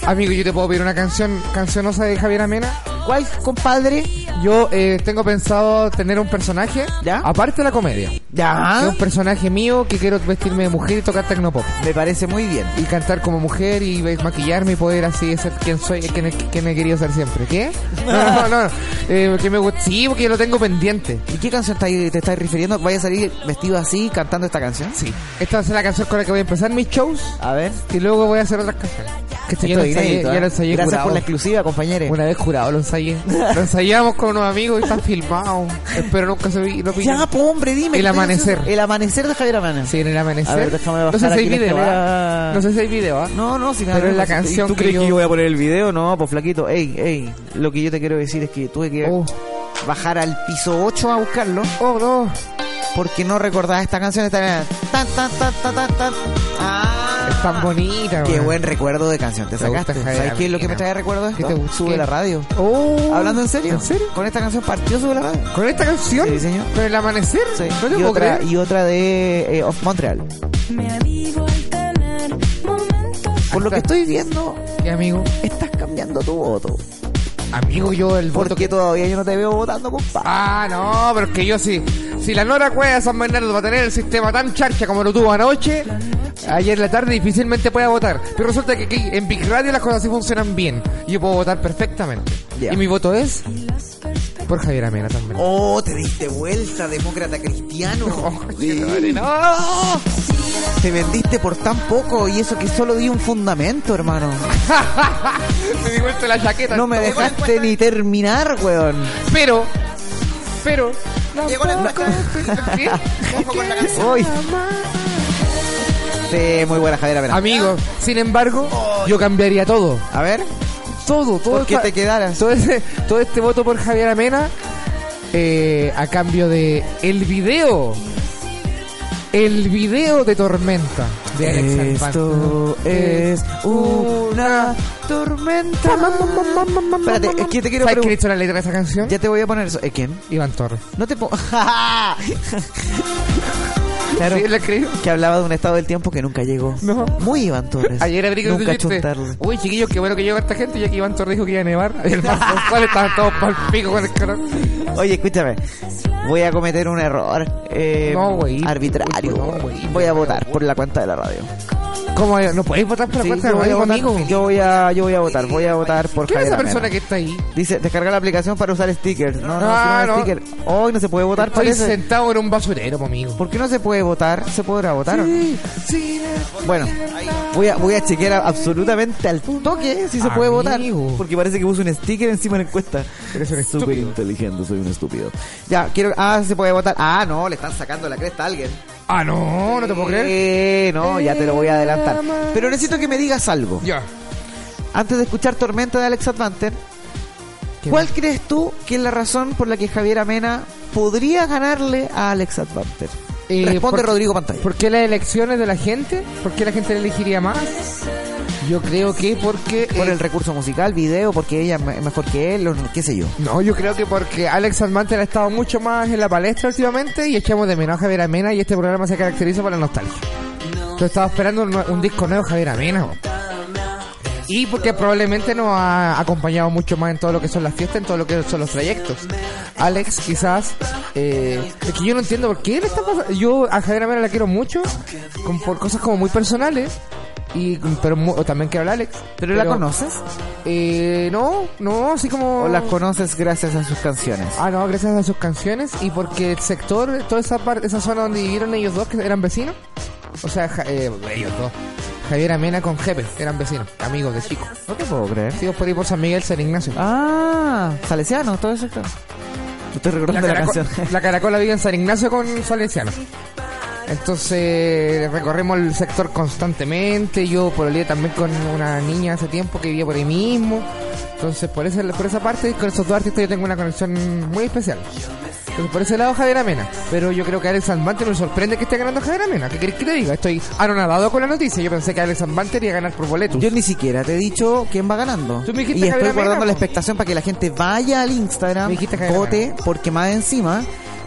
Amigo, yo te puedo pedir una canción cancionosa de Javier Amena. ¿Cuál, compadre? Yo eh, tengo pensado tener un personaje, ¿Ya? ¿Ah? aparte de la comedia. Ya. Es un personaje mío que quiero vestirme de mujer y tocar tecnopop. Me parece muy bien. Y cantar como mujer y ve- maquillarme y poder así ser quien soy, quien, quien he querido ser siempre. ¿Qué? No, no, no. no. Eh, que me gusta. Sí, porque yo lo tengo pendiente. ¿Y qué canción está ahí- te estás refiriendo? ¿Vaya a salir vestido así cantando esta canción? Sí. Esta va a ser la canción con la que voy a empezar mis shows A ver. y luego voy a hacer otras canciones. que Esto yo lo es ensayé, inédito, yo ¿eh? lo ensayé Gracias jurado. por la exclusiva, compañeros. Una vez jurado lo ensayé. Lo ensayamos con unos amigos y está filmado. Espero nunca se vi- lo pillen. Ya, po, hombre, dime. El ¿qué estoy amanecer. ansioso? El amanecer de Javier Amana. Sí, en el amanecer. A ver, déjame bajar no sé si hay aquí la video, escalera. ¿ah? No sé si hay video, ¿ah? No, no, si me Pero da es la vergüenza. canción ¿Tú que crees yo- que yo voy a poner el video? No, pues flaquito. Ey, ey. Lo que yo te quiero decir es que tuve que Oh. bajar al piso 8 a buscarlo Oh, no. porque no recordaba esta canción. Esta era tan, tan, tan, tan, tan, tan. Ah. Es tan bonita, Qué weón. buen recuerdo de canción, te Me gusta sacaste. Javier ¿Sabes qué es lo que me Amena. trae recuerdo? ¿Qué te gusta? Sube la radio. Oh. Hablando en serio. ¿En serio? Con esta canción partió Sube la radio. ¿Con esta canción? Sí, señor. ¿Con el amanecer? Sí. No te y, puedo otra, creer. y otra de eh, Of Montreal. Me avivo al tener momentos. Por lo que estoy viendo, Y amigo. estás cambiando tu voto. Amigo, yo el voto Porque todavía yo no te veo votando, compadre. Ah, no, pero es que yo sí. Si la Nora Cueva de San Bernardo va a tener el sistema tan charcha como lo tuvo anoche, ayer en la tarde difícilmente pueda votar. Pero resulta que aquí en Big Radio las cosas sí funcionan bien. Y Yo puedo votar perfectamente. Ya. Y mi voto es por Javier Amena también. Oh, te diste vuelta, demócrata cristiano. ¡No! Te vendiste por tan poco y eso que solo di un fundamento, hermano. me di vuelta la chaqueta. No me dejaste ni terminar, weón. Pero, pero. ¿Qué? Uy. Sí, muy buena Javier Amena. Amigo, sin embargo, yo cambiaría todo. A ver, todo, todo. ¿Por qué esta- te quedaras? Todo, ese- todo este voto por Javier Amena eh, a cambio de el video. El video de Tormenta de Alex Esto Alfaro. es una tormenta. Espérate, es que te quiero ¿Sabes quién preguntar. hizo la letra de esa canción? Ya te voy a poner eso. ¿Eh, quién? Iván Torres. No te pongo. claro. ¿Sí, la creo? Que hablaba de un estado del tiempo que nunca llegó. No. Muy Iván Torres. Ayer abrí con Nunca tu chiste. chuntarle. Uy, chiquillos, qué bueno que llegó esta gente, ya que Iván Torres dijo que iba a nevar. Y el Marco González estaban todos pa'l pico con el calor. Oye, escúchame. Voy a cometer un error eh, No, güey. arbitrario. No, güey. voy a votar por la cuenta de la radio. ¿Cómo? es? ¿No podéis votar por la Sí, cuenta yo, voy a de votar, amigo? yo voy a yo voy a votar. Voy a votar por ¿Quién es Javier esa persona Amena. que está ahí? Dice, descarga la aplicación para usar stickers. No, Ah, no, si no, hay no. sticker. Hoy no se puede votar, Estoy parece. sentado en un basurero, po, amigo. ¿Por qué no se puede votar? ¿Se podrá votar o no? Bueno, voy a, voy a chequear a- absolutamente al toque eh, si se puede votar. Amigo. Porque parece que puso un sticker encima de la encuesta. Eres un Súper inteligente, soy un estúpido. Ya, quiero. Ah, se puede votar. Ah, no, le están sacando la cresta a alguien. Ah, no, no te puedo creer. Eh, no, ya te lo voy a adelantar. Pero necesito que me digas algo. Ya. Antes de escuchar Tormenta de Alex Advanter, ¿cuál crees tú que es la razón por la que Javier Amena podría ganarle a Alex Advanter? Eh, Responde por- Rodrigo Pantalla. ¿Por qué las elecciones de la gente? ¿Por qué la gente le elegiría más? Yo creo que porque... por eh, el recurso musical, video, porque ella es me- mejor que él, o no- qué sé yo. No, yo creo que porque Alex Almanter ha estado mucho más en la palestra últimamente y echamos de menos a Javier Amena y este programa se caracteriza por la nostalgia. Yo estaba esperando un, un disco nuevo de Javier Amena. bo. Y porque probablemente nos ha acompañado mucho más en todo lo que son las fiestas, en todo lo que son los trayectos. Alex quizás... eh, es que yo no entiendo por qué le está pasando... Yo a Javier Amena la quiero mucho, con, por cosas como muy personales. Y, pero mu- o también quiero a Alex. ¿Pero la conoces? Eh, no, no, así como... ¿O la conoces gracias a sus canciones? Ah, no, gracias a sus canciones y porque el sector, toda esa parte, esa zona donde vivieron ellos dos, que eran vecinos. O sea, Ja- eh, ellos dos. Javier Amena con Jepe, eran vecinos, amigos de chicos. No te puedo creer. Sigo por ahí por San Miguel, San Ignacio. Ah, Salesiano, todo eso. está- No estoy recordando la, caraco- canción. la caracola vive en San Ignacio con Salesiano. Entonces recorremos el sector constantemente. Yo pololeé también con una niña hace tiempo que vivía por ahí mismo. Entonces por esa, por esa parte, con esos dos artistas yo tengo una conexión muy especial. Entonces por ese lado Javier Amena. Pero yo creo que Alex Almanter me sorprende que esté ganando Javier Amena. ¿Qué querés que te diga? Estoy anonadado con la noticia. Yo pensé que Alex Almanter iba a ganar por boletos. Yo ni siquiera te he dicho quién va ganando. Tú me dijiste y Javier estoy Amena, guardando la po. expectación para que la gente vaya al Instagram, Me dijiste Javier vote, Amena. porque más encima,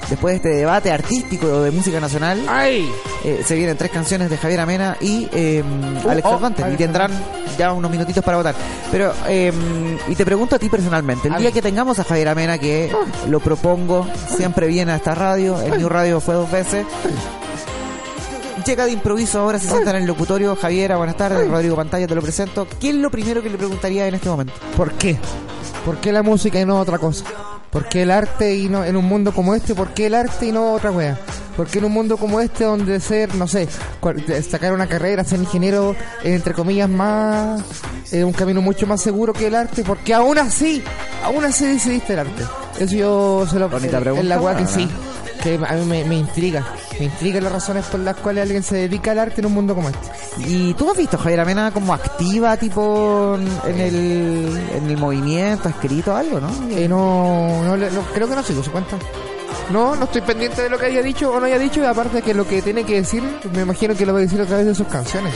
después de este debate artístico de música nacional, ¡Ay! eh, se vienen tres canciones de Javier Amena y eh, Uh, Alex oh, Cervantes, y Alex tendrán ya unos minutitos para votar. Pero, eh, y te pregunto a ti personalmente, el A Ah. día ver. que tengamos a Javier Amena, que lo propongo, siempre viene a esta radio, el New Radio fue dos veces. Llega de improviso ahora, se sienta en el locutorio. Javiera, buenas tardes. Rodrigo Pantalla, te lo presento. ¿Qué es lo primero que le preguntaría en este momento? ¿Por qué? ¿Por qué la música y no otra cosa? ¿Por qué el arte y no en un mundo como este? ¿Por qué el arte y no otra wea? ¿Por qué en un mundo como este donde ser, no sé, cual- de- sacar una carrera, ser ingeniero, eh, entre comillas, más, eh, un camino mucho más seguro que el arte? Porque aún así, aún así decidiste el arte. Eso yo se lo Bonita es- pregunta, Es la wea que ¿no? sí, que a mí me, me intriga. Me intrigan las razones por las cuales alguien se dedica al arte en un mundo como este. ¿Y tú has visto a Javier Amena como activa, tipo, en el, en el movimiento, ha escrito algo, no? Eh, no, no, le- no- creo que no sigo su cuenta. No, no estoy pendiente de lo que haya dicho o no haya dicho, y aparte que lo que tiene que decir, me imagino que lo va a decir a través de sus canciones.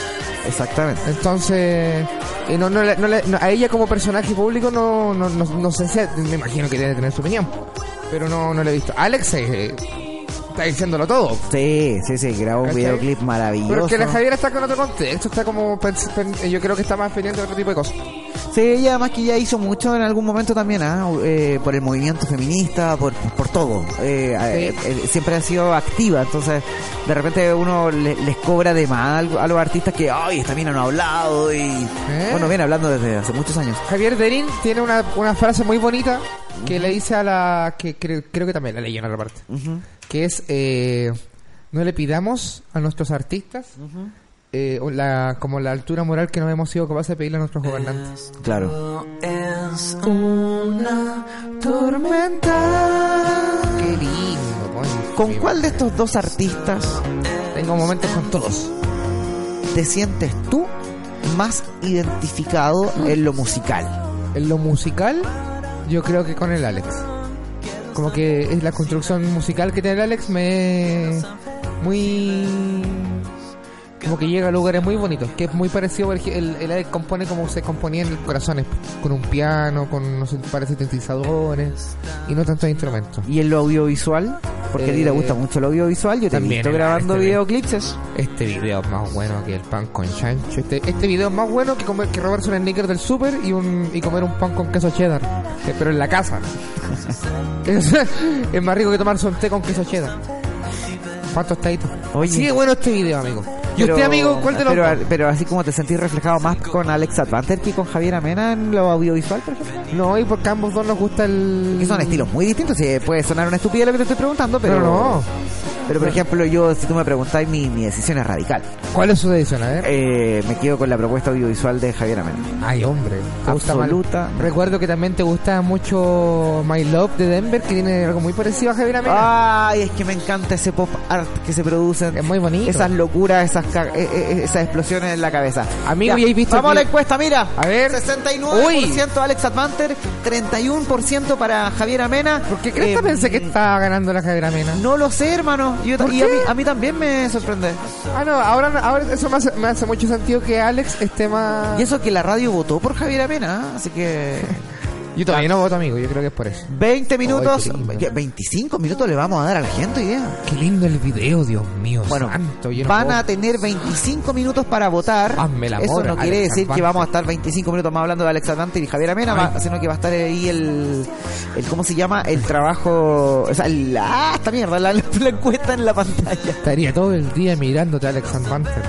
Exactamente. Entonces, eh, no, no, le- no le- no- a ella como personaje público no, no, no, no sé si, me imagino que tiene que tener su opinión, pero no, no la he visto. Alex eh, está diciéndolo todo. Sí, sí, sí, grabó un ¿Cachai? videoclip maravilloso. Pero es que la Javiera está con otro contexto, está como, pens- pen- yo creo que está más pendiente de otro tipo de cosas. Sí, ella además que ya hizo mucho en algún momento también, ¿ah? Eh, por el movimiento feminista, por, por todo. Eh, eh, eh, siempre ha sido activa, entonces de repente uno le- les cobra de más al- a los artistas que, ay, esta mina no ha hablado y... ¿Eh? Bueno, viene hablando desde hace muchos años. Javier Derín tiene una, una frase muy bonita que le dice a la. que cre- creo que también la leí en otra parte. Que es: eh, No le pidamos a nuestros artistas eh, o la, como la altura moral que no hemos sido capaces de pedirle a nuestros gobernantes. Claro. Qué lindo, coño. ¿Con cuál de estos dos artistas Tengo momentos con todos. te sientes tú más identificado en lo musical? En lo musical, yo creo que con el Alex. Como que es la construcción musical que tiene el Alex me muy como que llega a lugares muy bonitos, que es muy parecido por ej- el, el Alex compone como se componía en corazones, con un piano, con no sé, para sintetizadores y no tantos instrumentos. ¿Y en lo audiovisual? Porque a ti te Eh, gusta mucho lo audiovisual, yo te he también visto en la- grabando este- videoclips. Este video es más bueno que el pan con chancho. Este, este video es más bueno que comer que robarse un sneaker del super y un y comer un pan con queso cheddar, eh, pero en la casa. es, es más rico que tomarse un té con queso cheddar. ¿Cuántos taditos? Oye. Sí, es bueno este video, amigo. ¿Y Pero- usted, amigo, cuál de los pero, dos? pero así como te sentís reflejado más con Alex Advanter que con Javier Amena en lo audiovisual, por ejemplo. No, y porque a ambos dos nos gusta el Que son estilos muy distintos. Sí, puede sonar una estupidez lo que te estoy preguntando, pero, Pero no. Pero por ejemplo, yo, si tú me preguntáis, mi, mi decisión es radical. ¿Cuál es su decisión? A ver. Eh, me quedo con la propuesta audiovisual de Javier Amena. Ay, hombre. Te gusta mal. Absoluta. Recuerdo que también te gusta mucho My Love de Denver, que tiene algo muy parecido a Javier Amena. Ah. Ay, es que me encanta ese pop art que se produce. Es muy bonito. Esas locuras, esas, ca- eh, eh, esas explosiones en la cabeza. Amigo, ¿y has visto Vamos a la que- encuesta, mira. A ver. 69% Alex Advanter, 31% para Javier Amena. ¿Por qué crees Eh, que pensé que estaba ganando la Javier Amena? No lo sé, hermano. Yo- ¿Por y qué? a mí, a mí también me sorprende. Ah, no, ahora, ahora eso me hace, me hace mucho sentido que Alex esté más... Y eso que la radio votó por Javier Amena, ¿eh? así que... Yo todavía no voto, amigo, yo creo que es por eso. 20 minutos, qué lindo. ¿qué? 25 minutos le vamos a dar a la gente, idea. Qué lindo el video, Dios mío. Bueno, santo, yo no van puedo- a tener 25 minutos para votar. Hazme el amor, Eso no Alex quiere decir que Advante. vamos a estar 25 minutos más hablando de Alex Advante y Javier Amena, va- sino que va a estar ahí el, el ¿cómo se llama? El trabajo, o sea, la, ah, esta mierda, la, la encuesta en la pantalla. Estaría todo el día mirándote a Alex Advanter.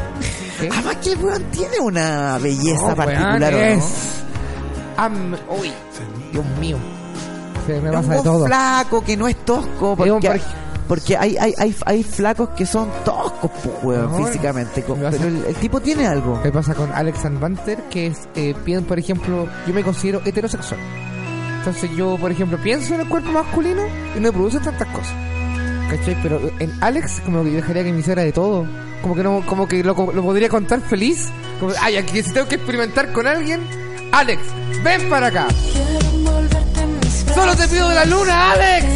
¿Qué? Además que el weón tiene una belleza No, particular, ¿o weón, ¿no? es- Oh, Am- Uy, Dios mío. Se me Es pasa un de todo. flaco que no es tosco, porque, Es un par- porque hay, hay, hay, hay flacos que son toscos, po, weón, No, físicamente. co- me vas a- Pero el, el tipo tiene algo. ¿Qué Eh, pasa con Alex Advanter? Que es, eh, pien- por ejemplo, yo me considero heterosexual. Entonces yo, por ejemplo, pienso en el cuerpo masculino y no me producen tantas cosas. ¿Cachai? Pero en Alex como que yo dejaría que me hiciera de todo. Como que no, como que lo, lo podría contar feliz. Como, ay, aquí si tengo que experimentar con alguien, Alex, ven para acá. Quiero envolverte en mis Solo te pido de la luna, Alex.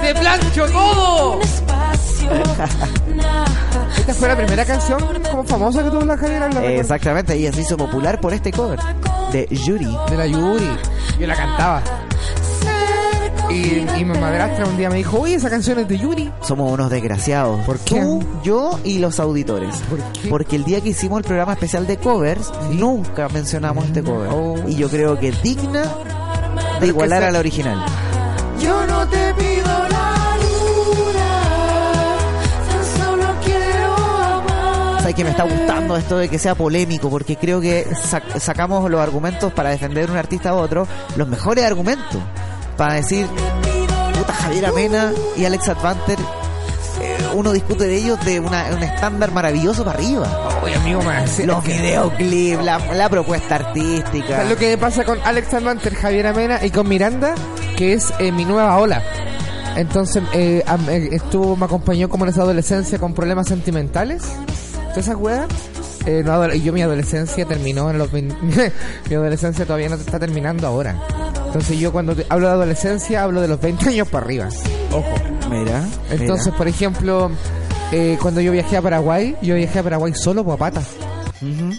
¡Te ¡Te plancho todo! espacio. Esta fue la primera canción como famosa que tuvo la Javiera. la recuerdo. Exactamente, ella se hizo popular por este cover de Yuri. De la Yuri. Yo la cantaba. Y, y mi madrastra un día me dijo, oye, esa canción es de Yuri. Somos unos desgraciados. ¿Por qué? Tú, yo y los auditores. ¿Por qué? Porque el día que hicimos el programa especial de covers, nunca mencionamos este cover. Oh. Y yo creo que es digna de igualar sea- a la original. Yo no te pido la luna, tan solo quiero amar. Sabes que me está gustando esto de que sea polémico, porque creo que sac- sacamos los argumentos para defender un artista a otro, los mejores argumentos. Para decir, Javier Amena y Alex Advanter, eh, uno discute de ellos de una- un estándar maravilloso para arriba. Oye, amigo, me Los videoclips, la, la propuesta artística. Lo que me pasa con Alex Almanter, Javier Amena y con Miranda, que es eh, mi nueva ola. Entonces eh, am- eh, estuvo, me acompañó como en esa adolescencia con problemas sentimentales. ¿Tú esas weas? Eh, no, adole- y yo mi adolescencia terminó en los... vein- mi adolescencia todavía no está terminando ahora. Entonces yo cuando te- hablo de adolescencia hablo de los 20 años para arriba. Mira, Entonces, por ejemplo, eh, cuando yo viajé a Paraguay, yo viajé a Paraguay solo pues, a pata.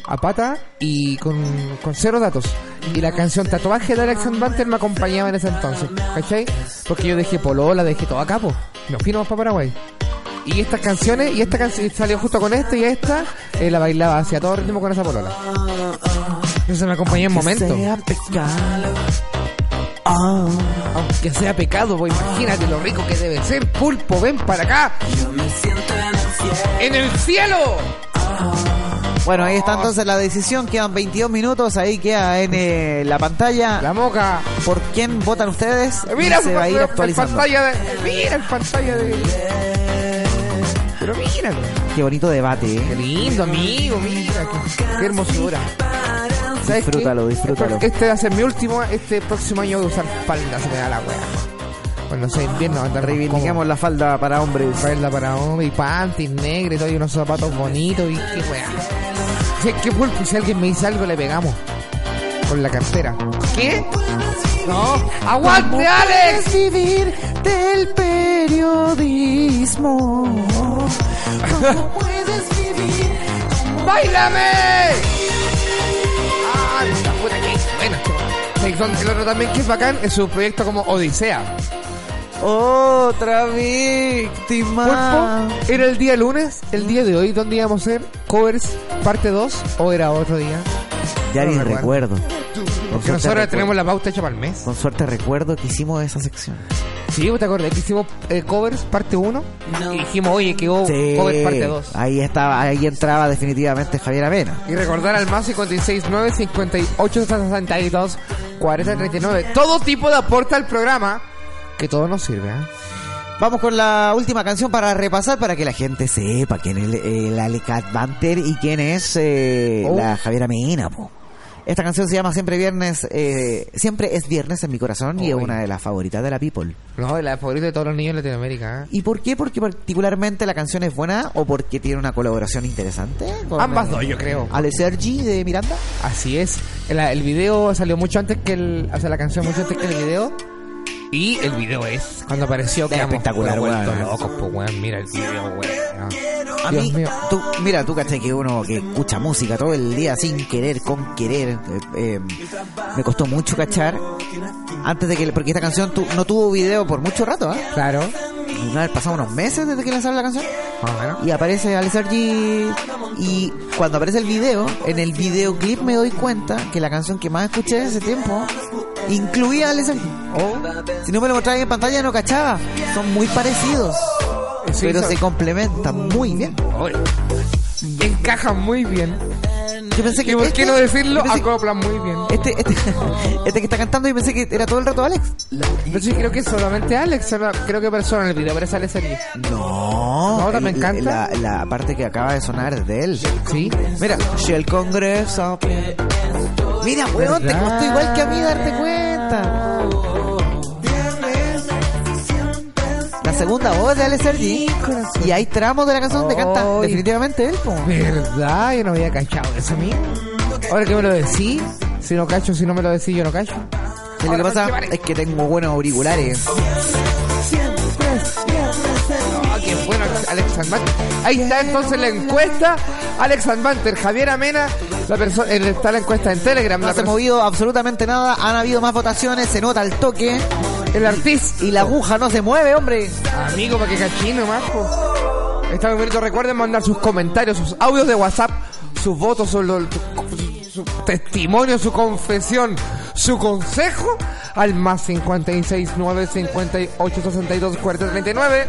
A pata y con, con cero datos. Y la canción Tatuaje de Alexander Banter me acompañaba en ese entonces. ¿Cachai? Porque yo dejé Polola, dejé todo a capo. Me fui nomás para Paraguay. Y estas canciones, y esta canción salió justo con esta y esta, eh, la bailaba hacia todo ritmo con esa Polola. Entonces me acompañó en momentos. Sea pecado. Ah. Aunque sea pecado, pues imagínate lo rico que debe ser. Pulpo, ven para acá. en el cielo. Bueno, ahí Ah. está entonces la decisión. Quedan 22 minutos. Ahí queda en eh, la pantalla. La moca. ¿Por quién votan ustedes? Eh, Mira, Y se va a ir el- el actualizando. pantalla de. eh, Mira el pantalla de. Pero míralo. Qué bonito debate, Qué ¿eh? lindo, amigo. Mira, qué, qué hermosura. ¿Sabes qué? Disfrútalo, disfrútalo. Este va a ser mi último. Este próximo año voy a usar falda. Se me da la wea. Bueno, sé, invierno va a andar Reivindicamos reivindicamos. la falda para hombres. Falda para hombre y panties negras y todo, y unos zapatos bonitos y qué wea. Si es que pulpo, si alguien me dice algo, le pegamos. Con la cartera. ¿Qué? No. ¡Aguante, Alex! vivir del periodismo. ¡Báilame! ¡Ah, la puta que es buena! Saxon, el otro también que es bacán es su proyecto como Odisea. Otra Pulpo, víctima. ¿era el día lunes, el día de hoy, dónde íbamos a hacer covers parte 2 o era otro día? Ya ni No me recuerdo. acuerdo. Porque Con suerte, nosotros recuerdo. tenemos la pauta hecha para el mes. Con suerte recuerdo que hicimos esa sección. Sí, ¿te acordás que hicimos eh, covers parte 1? Y dijimos, oye, que hubo covers Oh, parte 2. Ahí estaba, ahí entraba definitivamente Javier Avena. Y recordar al más 569 58 62 40 39. Todo tipo de aporte al programa. Que todo nos sirve, ¿eh? Vamos con la última canción para repasar para que la gente sepa quién es el Alecat Banter y quién es eh, Oh. la Javiera Mena. po. Esta canción se llama Siempre Viernes, eh, Siempre es Viernes en mi corazón y es Oy. una de las favoritas de la People. No, la favorita de todos los niños de Latinoamérica. ¿eh? ¿Y por qué? ¿Porque particularmente la canción es buena o porque tiene una colaboración interesante? con, Ambas eh, dos, yo creo. Ale Sergi de Miranda. Así es. El, el video salió mucho antes que el. O sea, la canción mucho antes que el video. Y el video es. Cuando apareció, que espectacular, weón. locos, pues, weón. Mira el video, weón. A Dios mí, mío. tú, mira, tú caché que uno que escucha música todo el día sin querer, con querer, eh, eh, me costó mucho cachar. Antes de que, porque esta canción tu- no tuvo video por mucho rato, ¿ah? Claro. Deben haber pasado unos meses desde que lanzaron la canción. Más o menos. Y aparece Alex G. Y cuando aparece el video, en el videoclip me doy cuenta que la canción que más escuché en ese tiempo incluía a Alex G. Si no me lo mostraban en pantalla, no cachaba. Son muy parecidos, Sí, pero son- se complementan muy bien. Oye. Encajan muy bien. Yo pensé que ¿Y por este- qué no decirlo? yo pensé- Acoplan muy bien. este, este, este que está cantando y pensé que era todo el rato Alex. Entonces creo que solamente Alex, solo- creo que persona en el video, pero sale serie. No, Ahora me el- encanta. La, la parte que acaba de sonar es de él. Sí. Mira, si el Congreso. Mira, weón, te ¿Verdad? costó igual que a mí darte cuenta. La segunda voz de Alex Sergi. Y hay tramos de la canción donde canta Ay. definitivamente él. po. ¿Verdad? Yo no había cachado eso a mí. Ahora que me lo decís, si no cacho, si no me lo decís, yo no cacho. Y lo que pasa es que tengo buenos auriculares. Ah, qué bueno, Alex Almanter. Ahí está entonces la encuesta. Alex Almanter, Javier Amena, la persona, eh, está la encuesta en Telegram. No la se ha perso- movido absolutamente nada. Han habido más votaciones. Se nota el toque. el artista. Y la aguja no se mueve, hombre. Amigo, para que cachino, más Está muy bonito. Recuerden mandar sus comentarios, sus audios de WhatsApp, sus votos, su, lo- su- su testimonio, su confesión, su consejo al más 56 9 58 62 40 39.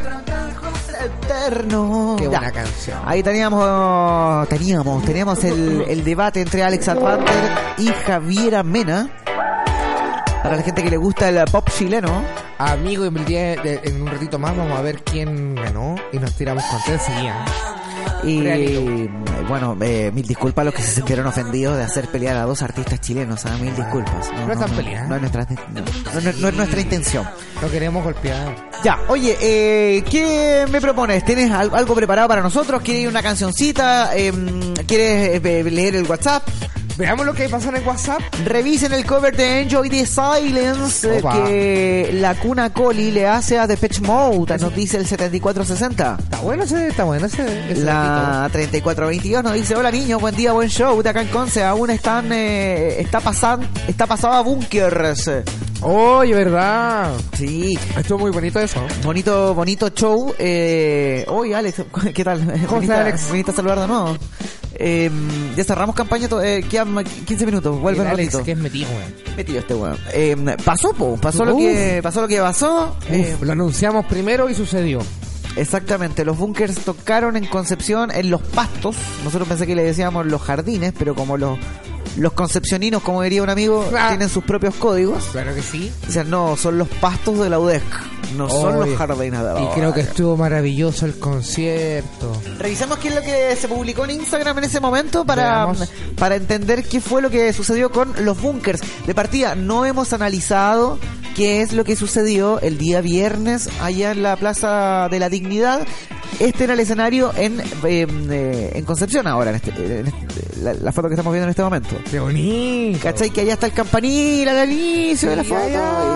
Eterno. Qué buena Ya. canción. Ahí teníamos, teníamos, teníamos el, el debate entre Alex Advanter y Javiera Mena. Para la gente que le gusta el pop chileno, Amigo, en, el día de- en un ratito más vamos a ver quién ganó y nos tiramos con tres enseguida. Y Realito. bueno, eh, mil disculpas a los que se sintieron ofendidos de hacer pelear a dos artistas chilenos. ah, Mil disculpas. No están peleando. No es nuestra, no, no- no es nuestra intención. Lo queremos golpear. Ya, oye, eh, ¿qué me propones? ¿Tienes al- algo, preparado para nosotros? ¿Quieres una cancioncita? Em, ¿Quieres eh, leer el WhatsApp? Veamos lo que pasa en el WhatsApp. Revisen el cover de Enjoy the Silence eh, Opa. que la cuna Coli le hace a Depeche Mode, nos dice el 7460. Está bueno ese, está bueno ese. ese ratito. La 3422 nos dice, hola niños, buen día, buen show, de acá en Conce, aún están, eh, está pasan, está pasado a bunkers. Oye, ¿verdad? Sí, Estuvo muy bonito eso. bonito, bonito show. Eh, oye Alex, ¿qué tal? ¿Cómo Bonita- estás, Alex? Bonita saludar de nuevo. Eh, ya cerramos campaña, to- eh, quedan 15 minutos, vuelve El un Alex, ratito. que es metido, weón. Metido este weón. Eh, pasó, po, pasó lo Uf. que pasó lo que pasó. Eh, Uf, lo anunciamos primero y sucedió. Exactamente, los bunkers tocaron en Concepción en los pastos. Nosotros pensé que le decíamos los jardines, pero como los los concepcioninos, como diría un amigo, Ah. tienen sus propios códigos. Claro que sí. O sea, no, son los pastos de la UDESC, no son Oye. los jardines de la Y creo que UDESC. estuvo maravilloso el concierto. Revisemos qué es lo que se publicó en Instagram en ese momento para, Veamos. para entender qué fue lo que sucedió con los bunkers. De partida, no hemos analizado qué es lo que sucedió el día viernes allá en la Plaza de la Dignidad. Este era el escenario en, en, eh, en Concepción ahora, en, este- en este- la, la foto que estamos viendo en este momento. ¡Qué bonito! ¿Cachai? Que allá está el campanil al inicio de la Sí, foto. allá. y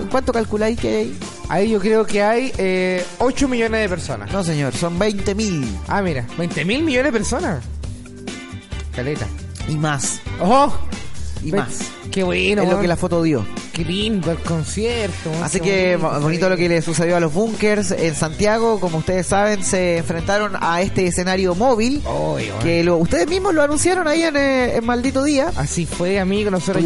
todo. ¿Cuánto calculáis que hay? Ahí yo creo que hay eh, 8 millones de personas. No, señor, son 20.000 Ah, mira, 20 mil millones de personas. Caleta. y más. ¡Oh! Y Ve- más. Qué bueno, es lo weón. que la foto dio. qué lindo el concierto. weón, Así qué que bo- bonito lo que le sucedió a los bunkers en Santiago. Como ustedes saben, se enfrentaron a este escenario móvil. Oy, weón. Que lo- ustedes mismos lo anunciaron ahí en, eh, en Maldito Día. Así fue, amigo. Nosotros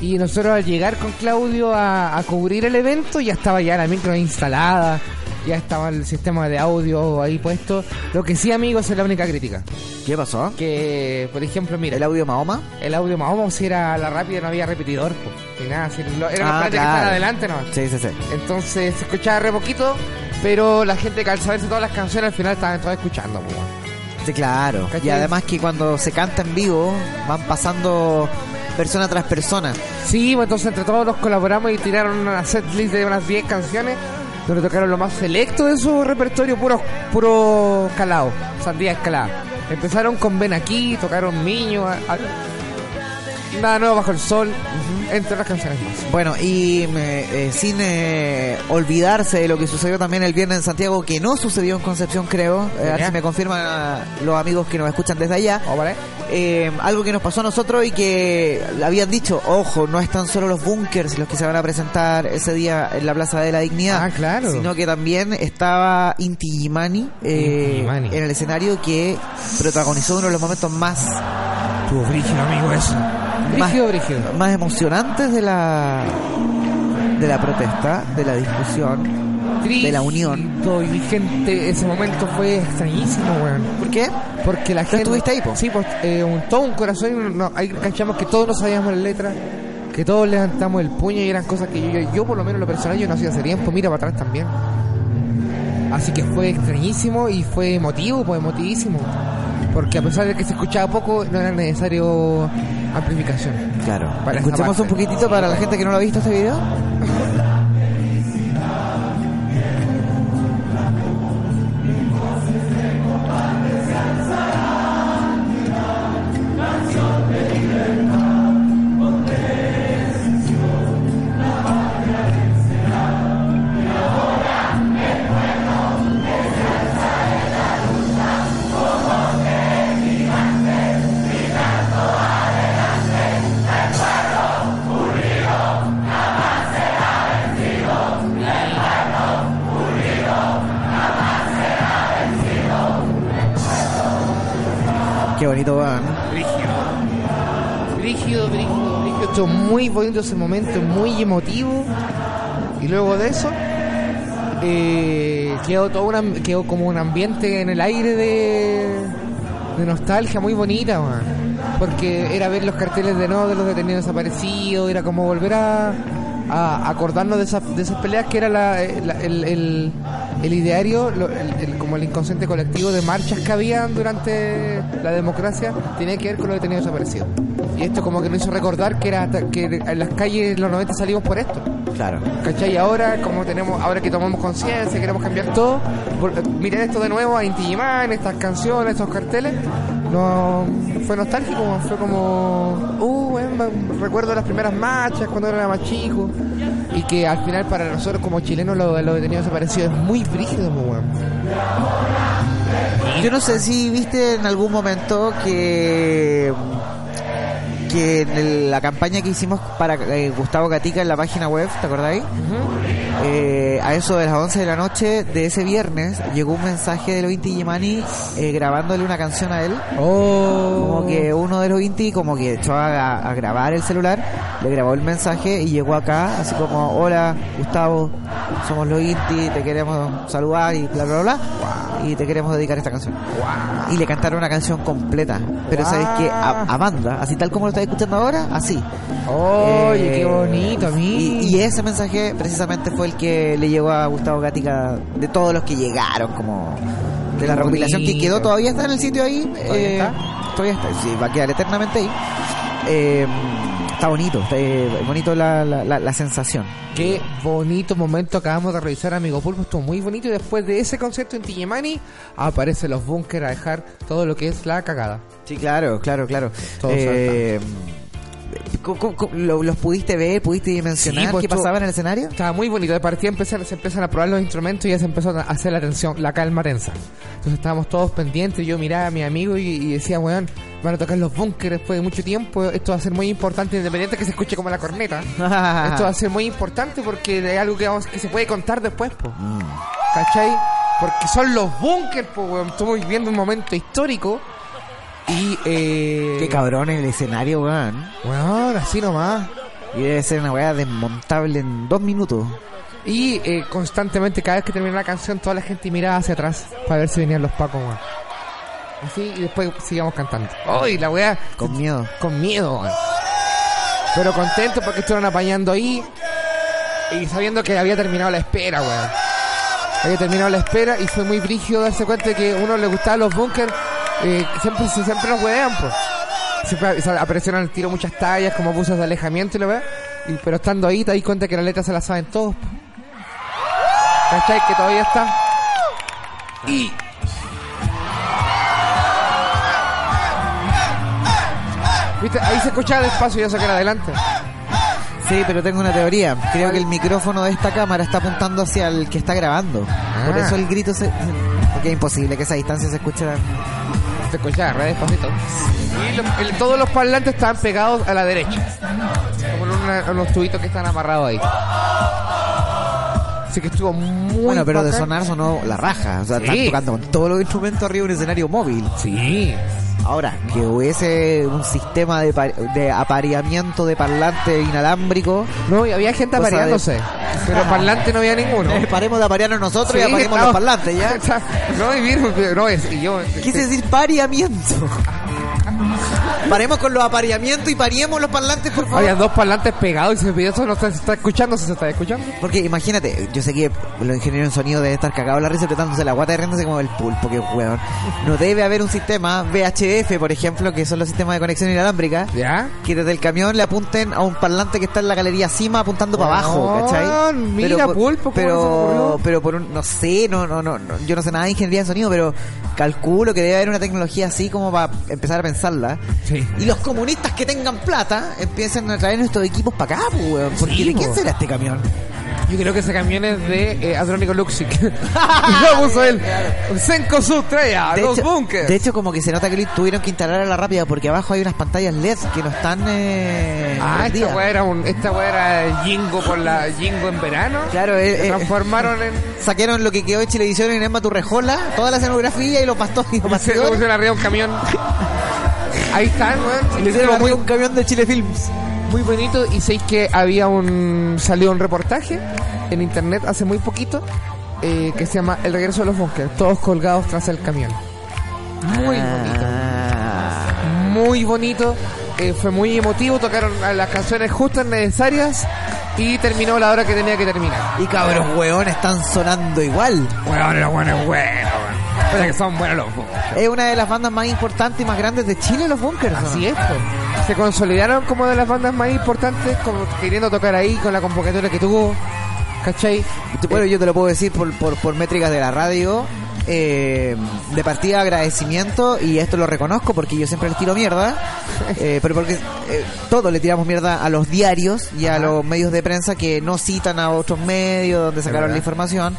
Y nosotros al llegar con Claudio a, a cubrir el evento, ya estaba ya la micro instalada, ya estaba el sistema de audio ahí puesto. Lo que sí, amigos, es la única crítica. ¿Qué pasó? Que, por ejemplo, mira, El el, audio Mahoma. audio Mahoma, si era la rápida, no había repetidor, po, ni nada, si lo- era una Ah, parte que claro. estaba adelante nomás. Sí, sí, sí. Entonces se escuchaba re poquito, pero la gente que al saberse todas las canciones al final estaban todas escuchando, po, weón. Sí, claro. ¿Cachai? Y además que cuando se canta en vivo, van pasando persona tras persona. Sí, pues entonces entre todos nos colaboramos y tiraron una setlist de unas 10 canciones donde tocaron lo más selecto de su repertorio, puro, puro calado, sandía escalada. Empezaron con Ven aquí, tocaron Miño, a- a- Nada Nuevo Bajo el Sol, entre otras canciones más. Bueno, y eh, eh, sin eh, olvidarse de lo que sucedió también el viernes en Santiago, que no sucedió en Concepción, creo. Eh, a ver Ya. si me confirman ah, los amigos que nos escuchan desde allá. Oh, vale. Eh, algo que nos pasó a nosotros y que habían dicho, ojo, no es tan solo los bunkers los que se van a presentar ese día en la Plaza de la Dignidad, Ah, claro. sino que también estaba Inti Gimani, eh, Inti Gimani. en el escenario que protagonizó uno de los momentos más, Tuvo brígido, amigo, eso. Brígido, más, brígido. más emocionantes de la de la protesta, de la discusión. De la unión. Brígido, Y gente, ese momento fue extrañísimo, weón. ¿Por qué? Porque la gente. estuviste ahí, po? Sí, pues eh, un, todo un corazón. y un- no, ahí cachamos que todos no sabíamos la letra, que todos levantamos el puño y eran cosas que yo, yo, yo, por lo menos, en lo personal, yo no hacía hace tiempo. Mira para atrás también. Así que fue extrañísimo y fue emotivo, pues emotivísimo. Porque a pesar de que se escuchaba poco, no era necesario amplificación. Claro. Para esa Escuchemos parte. un poquitito para la gente que no lo ha visto este video. Qué bonito van. Brígido, brígido, brígido. Estuvo muy bonito ese momento, muy emotivo. Y luego de eso, eh, quedó, todo un am- quedó como un ambiente en el aire de, de nostalgia muy bonita, man. Porque era ver los carteles de no de los detenidos desaparecidos, era como volver a, a acordarnos de esas, de esas peleas que era la- eh, la- el, el- el ideario, lo- el- el- como el inconsciente colectivo de marchas que habían durante la democracia, tenía que ver con lo detenidos desaparecidos. Y esto como que nos hizo recordar que era hasta- que en las calles en los 90 salimos por esto. Claro. ¿Cachai? Ahora, como tenemos, ahora que tomamos conciencia, queremos cambiar todo, vol- eh, mirar esto de nuevo a Inti Illimani, estas canciones, estos carteles, no, fue nostálgico, fue como, uh, weón, me- recuerdo las primeras marchas cuando era más chico, y que al final para nosotros como chilenos lo, lo detenido desaparecido es muy brígido, po, weón. Yo no sé si viste en algún momento que que en el- la campaña que hicimos para eh, Gustavo Gatica en la página web, ¿te acordáis? Eh, a eso de las 11 de la noche de ese viernes llegó un mensaje de los Inti Gimani eh, grabándole una canción a él. Oh, Como que uno de los Inti como que echó a, a grabar el celular, le grabó el mensaje y llegó acá así como, hola Gustavo, somos los Inti, te queremos saludar y bla bla bla. Y te queremos dedicar esta canción. Y le cantaron una canción completa. Pero Guau. sabes que a, a banda, así tal como lo estás escuchando ahora, así. Oye, Eh, qué bonito, a mí. Y, y ese mensaje precisamente fue el que le llegó a Gustavo Gatica de todos los que llegaron, como de la Qué recopilación que bonito. quedó, todavía está en el sitio ahí. ¿Todavía eh, está? Todavía está, sí, va a quedar eternamente ahí. Eh, está bonito, está eh, bonito la, la, la- la sensación. Qué bonito momento acabamos de revisar, amigo Pulpo. Estuvo muy bonito. Y después de ese concierto en Tillemani, aparecen los bunkers a dejar todo lo que es la cagada. Sí, claro, claro, claro. Todos Eh, ¿cómo- cómo- cómo- lo- ¿Los pudiste ver? ¿Pudiste dimensionar Sí, pues, qué tú- pasaba en el escenario? Estaba muy bonito. De partida empiezan, se empiezan a probar los instrumentos y ya se empezó a hacer la tensión, la calma tensa. Entonces estábamos todos pendientes. Yo miraba a mi amigo y, y decía, weón, van a tocar los bunkers después de mucho tiempo. Esto va a ser muy importante, independiente que se escuche como la corneta. Esto va a ser muy importante porque es algo que, vamos, que se puede contar después, po. Mm. ¿Cachai? Porque son los bunkers, po, weón. Estamos viviendo un momento histórico. Y, eh. Qué cabrón el escenario, weón. Weón, así nomás. Y debe ser una weá desmontable en dos minutos. Y eh, constantemente, cada vez que terminaba la canción, toda la gente miraba hacia atrás para ver si venían los pacos, weón. Así, y después sigamos cantando. ¡Ay, la weá! Con miedo. Con miedo, weón. Pero contento porque estuvieron apañando ahí. Y sabiendo que había terminado la espera, weón. Había terminado la espera y fue muy brígido darse cuenta de que a uno le gustaban los bunkers. eh, siempre, siempre los wean, pues. Siempre o sea, aparecieron al tiro muchas tallas como abusos de alejamiento y la weá. Y, pero estando ahí te das cuenta que las letras se las saben todos, po. ¿Cachai? Que todavía está. Y ¿Viste? Ahí se escuchaba despacio y ya sacar adelante. Sí, pero tengo una teoría. Creo que el micrófono de esta cámara está apuntando hacia el que está grabando. Ah. Por eso el grito se... Porque es imposible que esa distancia se escuche. Se escuchaba re despacito. Y lo- el- todos los parlantes estaban pegados a la derecha. Como en una- en los tubitos que están amarrados ahí. Así que estuvo muy. Bueno, pero de bacán. sonar sonó la raja. O sea, están Sí. tocando con todos los instrumentos arriba de un escenario móvil. Sí. Ahora, que hubiese un sistema de, par- de apareamiento de parlante inalámbrico. No, y había gente Cosa de- apareándose. Pero parlante no había ninguno. Eh, paremos de aparearnos nosotros Sí, y aparemos estaba- los parlantes, ¿ya? no, y vieron, pero no es. Y yo. este, Quise decir pareamiento. Paremos con los apareamientos y pariemos los parlantes, por favor. Había dos parlantes pegados y se pidió eso. No está, se está escuchando, se está escuchando. Porque imagínate, yo sé que los ingenieros en sonido deben estar cagados la risa apretándose la guata y riéndose como el pulpo, que weón. No debe haber un sistema VHF, por ejemplo, que son los sistemas de conexión inalámbrica, ¿Ya? que desde el camión le apunten a un parlante que está en la galería cima apuntando para abajo, Weón, ¿cachai? mira, por- pulpo, ¿cómo se te pero, ocurrió? pero por un, no sé, no, no, no, no, yo no sé nada de ingeniería en sonido, pero calculo que debe haber una tecnología así como para empezar a pensarla. Sí. Y los comunistas que tengan plata empiecen a traer nuestros equipos para acá, pues, weón. Porque Sí, ¿de quién po. será este camión? Yo creo que ese camión es de eh, Adrónico Luxic. Lo puso él. Senko Sutreya, De los hecho- bunkers. de hecho, como que se nota que tuvieron que instalar a la rápida porque abajo hay unas pantallas LED que no están. Eh, ah, prendidas. esta weá era un, esta weá era Jingo por la Jingo en verano. Claro, eh, Se eh, transformaron en Saquearon lo que quedó de Chilevisión en Emma Turrejola, toda la escenografía y los pastores y los se pastores. pusieron arriba un camión. Ahí están, weón. Le hicieron Estuvo arriba muy, un camión de Chile Films. muy bonito. Y sé que había un. salió un reportaje en internet hace muy poquito. eh, que se llama El regreso de los bunkers, todos colgados tras el camión. Muy Ah. bonito. Ah. muy bonito, eh, fue muy emotivo, tocaron a las canciones justas necesarias y terminó la hora que tenía que terminar. Y cabros hueones están sonando igual. Bueno, los buenos, bueno, bueno. Pero que son buenos los bunkers. Es una de las bandas más importantes y más grandes de Chile, los Bunkers. ¿o no? Así es. pues. Se consolidaron como de las bandas más importantes, como queriendo tocar ahí con la convocatoria que tuvo. ¿Cachai? Te- Bueno, yo te lo puedo decir por, por, por métricas de la radio. eh, de partida agradecimiento y esto lo reconozco porque yo siempre les tiro mierda, eh, pero porque eh, todos le tiramos mierda a los diarios y a los medios de prensa que no citan a otros medios donde sacaron la verdad. información.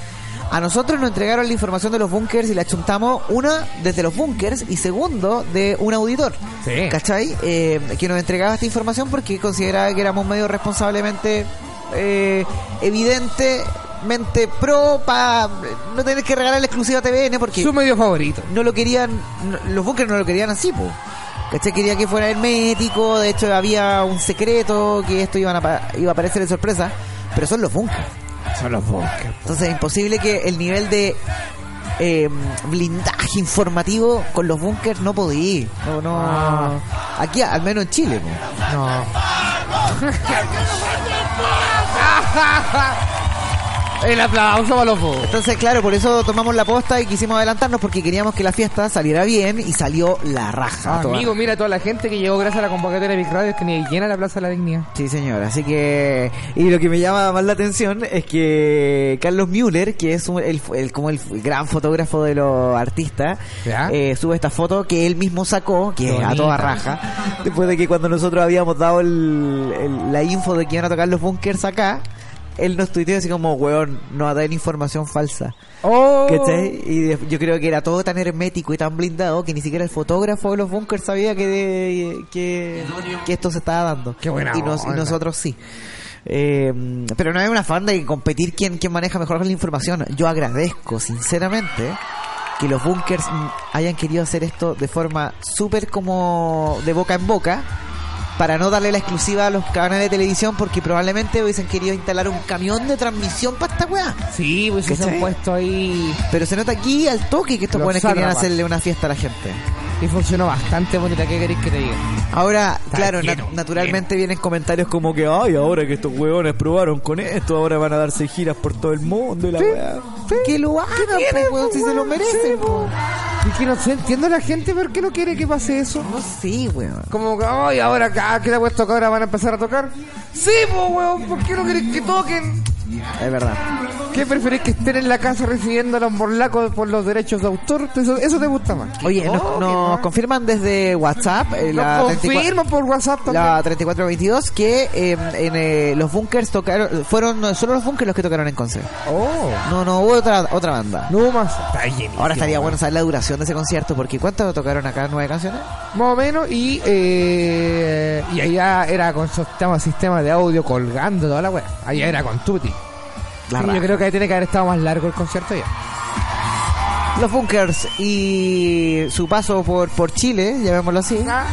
A nosotros nos entregaron la información de los bunkers y la chuntamos, una, desde los bunkers y segundo, de un auditor. Sí. ¿Cachai? Eh, que nos entregaba esta información porque consideraba que éramos medio responsablemente, eh, evidentemente pro para no tener que regalar la exclusiva a TVN porque Su medio favorito. no lo querían, no- los bunkers no lo querían así, po. ¿Cachai? Quería que fuera hermético, de hecho había un secreto, que esto iban a pa- iba a aparecer de sorpresa, pero son los bunkers. Son los bunkers. Entonces es imposible que el nivel de eh, blindaje informativo con los bunkers no podía. Oh, No, no. Ah. Aquí, al menos en Chile. po. No. El aplauso para los bunkers. Entonces, claro, por eso tomamos la posta y quisimos adelantarnos porque queríamos que la fiesta saliera bien y salió la raja. toda. Ah, Amigo, mira toda la gente que llegó gracias a la convocatoria de Big Radio que ni llena la Plaza de la Dignidad. Sí, señor. Así que. Y lo que me llama más la atención es que Carlos Müller, que es un- el, el- como el gran fotógrafo de los artistas, ¿Ya? eh, sube esta foto que él mismo sacó, que Qué es a bonita. toda raja. Después de que cuando nosotros habíamos dado el- el- la info de que iban a tocar los bunkers acá, él nos tuiteó así como: weón, nos dan información falsa. ¡Oh! ¿Cachai? Y de- yo creo que era todo tan hermético y tan blindado que ni siquiera el fotógrafo de los bunkers sabía que, de- que, que esto se estaba dando. Qué buena y, nos- y onda. nosotros sí. Eh, pero no hay una afán de competir quién, quién maneja mejor la información. Yo agradezco, sinceramente, que los bunkers mm, hayan querido hacer esto de forma súper como de boca en boca. Para no darle la exclusiva a los canales de televisión, porque probablemente hubiesen querido instalar un camión de transmisión para esta weá. Sí, pues sí se ¿Cachai? han puesto ahí. Pero se nota aquí al toque que estos Los buenos querían zárrapas. hacerle una fiesta a la gente. Y funcionó bastante bonita. ¿Qué queréis que te diga? Ahora, Está claro, lleno, nat- naturalmente vienen comentarios como que, ay, ahora que estos huevones probaron con esto, ahora van a darse giras por todo el mundo y la weá. Que lo hagan, po, weón, si se lo merecen, po. pues. Y que no sé, entiendo a la gente, ¿por qué no quiere que pase eso? No sé, weón. Como que, ay, ahora acá, ¿qué te puesto que ahora van a empezar a tocar? Sí, pues, weón, ¿por qué no queréis que toquen? Es verdad. ¿Qué preferís que estén en la casa recibiendo a los morlacos por los derechos de autor? Eso, eso te gusta más. Oye, nos, Oh, nos qué confirman desde WhatsApp eh, la, Lo 34 confirmo por WhatsApp también. la 3422 que eh, en, eh, los bunkers tocaron, fueron eh, solo los bunkers los que tocaron en concierto. Oh, No, no, hubo otra, otra banda. no más. Está llenísimo. Ahora estaría bueno saber la duración de ese concierto, porque ¿cuánto tocaron acá? ¿Nueve canciones? Más o menos, y, eh, y allá era con sistema, sistema de audio colgando toda la wea. Allá era con Tutti. La Sí, raja. yo creo que ahí tiene que haber estado más largo el concierto ya. Los Bunkers y su paso por, por Chile, llamémoslo así. Ah.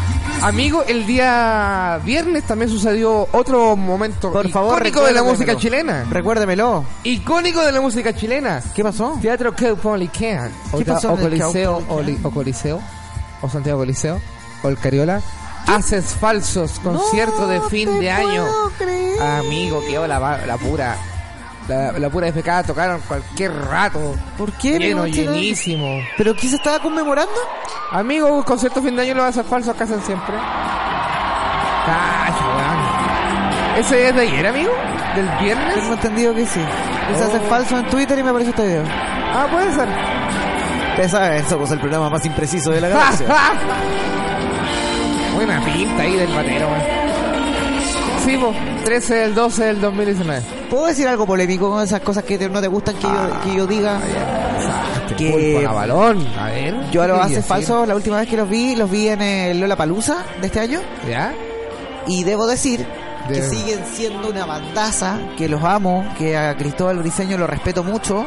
Amigo, el día viernes también sucedió otro momento Por favor, icónico de la recuérdamelo. música chilena. Recuérdemelo. Icónico de la música chilena. ¿Qué pasó? Teatro Caupolicán. O, ¿Qué ta- pasó o en el Coliseo, o, Caupolicán? Li- o Coliseo, o Santiago Coliseo, o el Cariola. Haces falsos, concierto de fin de año. Ah. Amigo, que la, va- la pura. La, la pura FK tocaron cualquier rato. ¿Por qué? Lleno, no? llenísimo. ¿Pero qué se estaba conmemorando? Amigo, el concierto de fin de año lo haces falsos que hacen siempre. Cacho, weón. ¿Ese es de ayer, amigo? ¿Del viernes? Tengo entendido que sí. Les hace falso en Twitter y me apareció este video. Ah, puede ser. Ustedes saben, somos el programa más impreciso de la galaxia. Buena pinta ahí del batero, weón. Sí, po, 13 del 12 del 2019. ¿Puedo decir algo polémico con esas cosas que te- no te gustan que, yo, que yo diga? Que- Pulpo a balón. A ver. Yo a ¿qué los quería haces decir? falsos, la última vez que los vi, los vi en Lola Palusa de este año. ¿Ya? Y debo decir que Debe. siguen siendo una bandaza, que los amo, que a Cristóbal Briseño lo respeto mucho,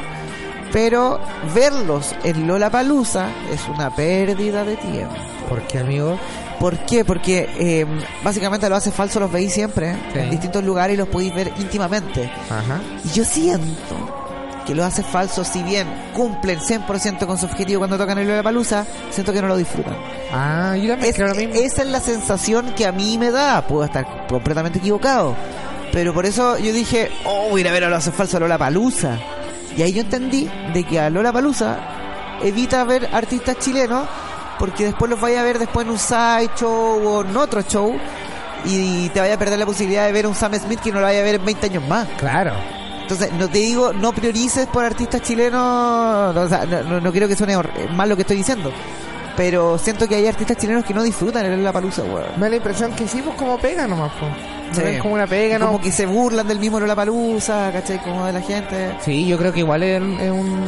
pero verlos en Lola Palusa es una pérdida de tiempo. ¿Por qué, amigo? ¿Por qué? Porque eh, básicamente lo hace falso, los veis siempre Sí. en distintos lugares y los podéis ver íntimamente. Ajá. Y yo siento que lo hace falso, si bien cumplen 100% con su objetivo cuando tocan el Lola Palusa, siento que no lo disfrutan. Ah, yo también Es- creo lo mismo. esa es la sensación que a mí me da. Puedo estar completamente equivocado. Pero por eso yo dije, oh, voy a ir a ver a los falsos a Lola Palusa. Y ahí yo entendí de que a Lola Palusa evita ver artistas chilenos porque después los vaya a ver después en un side show o en otro show y te vaya a perder la posibilidad de ver un Sam Smith que no lo vaya a ver en 20 años más. Claro. Entonces, no te digo, no priorices por artistas chilenos, no, o sea, no, no- no quiero que suene hor- mal lo que estoy diciendo, pero siento que hay artistas chilenos que no disfrutan el La Palusa, Me da la impresión que sí, pues como pega nomás, pues. Sí. Se ven como una pega, ¿no? Como que se burlan del mismo Lollapalooza, ¿cachai? Como de la gente. Sí, yo creo que igual es, es un...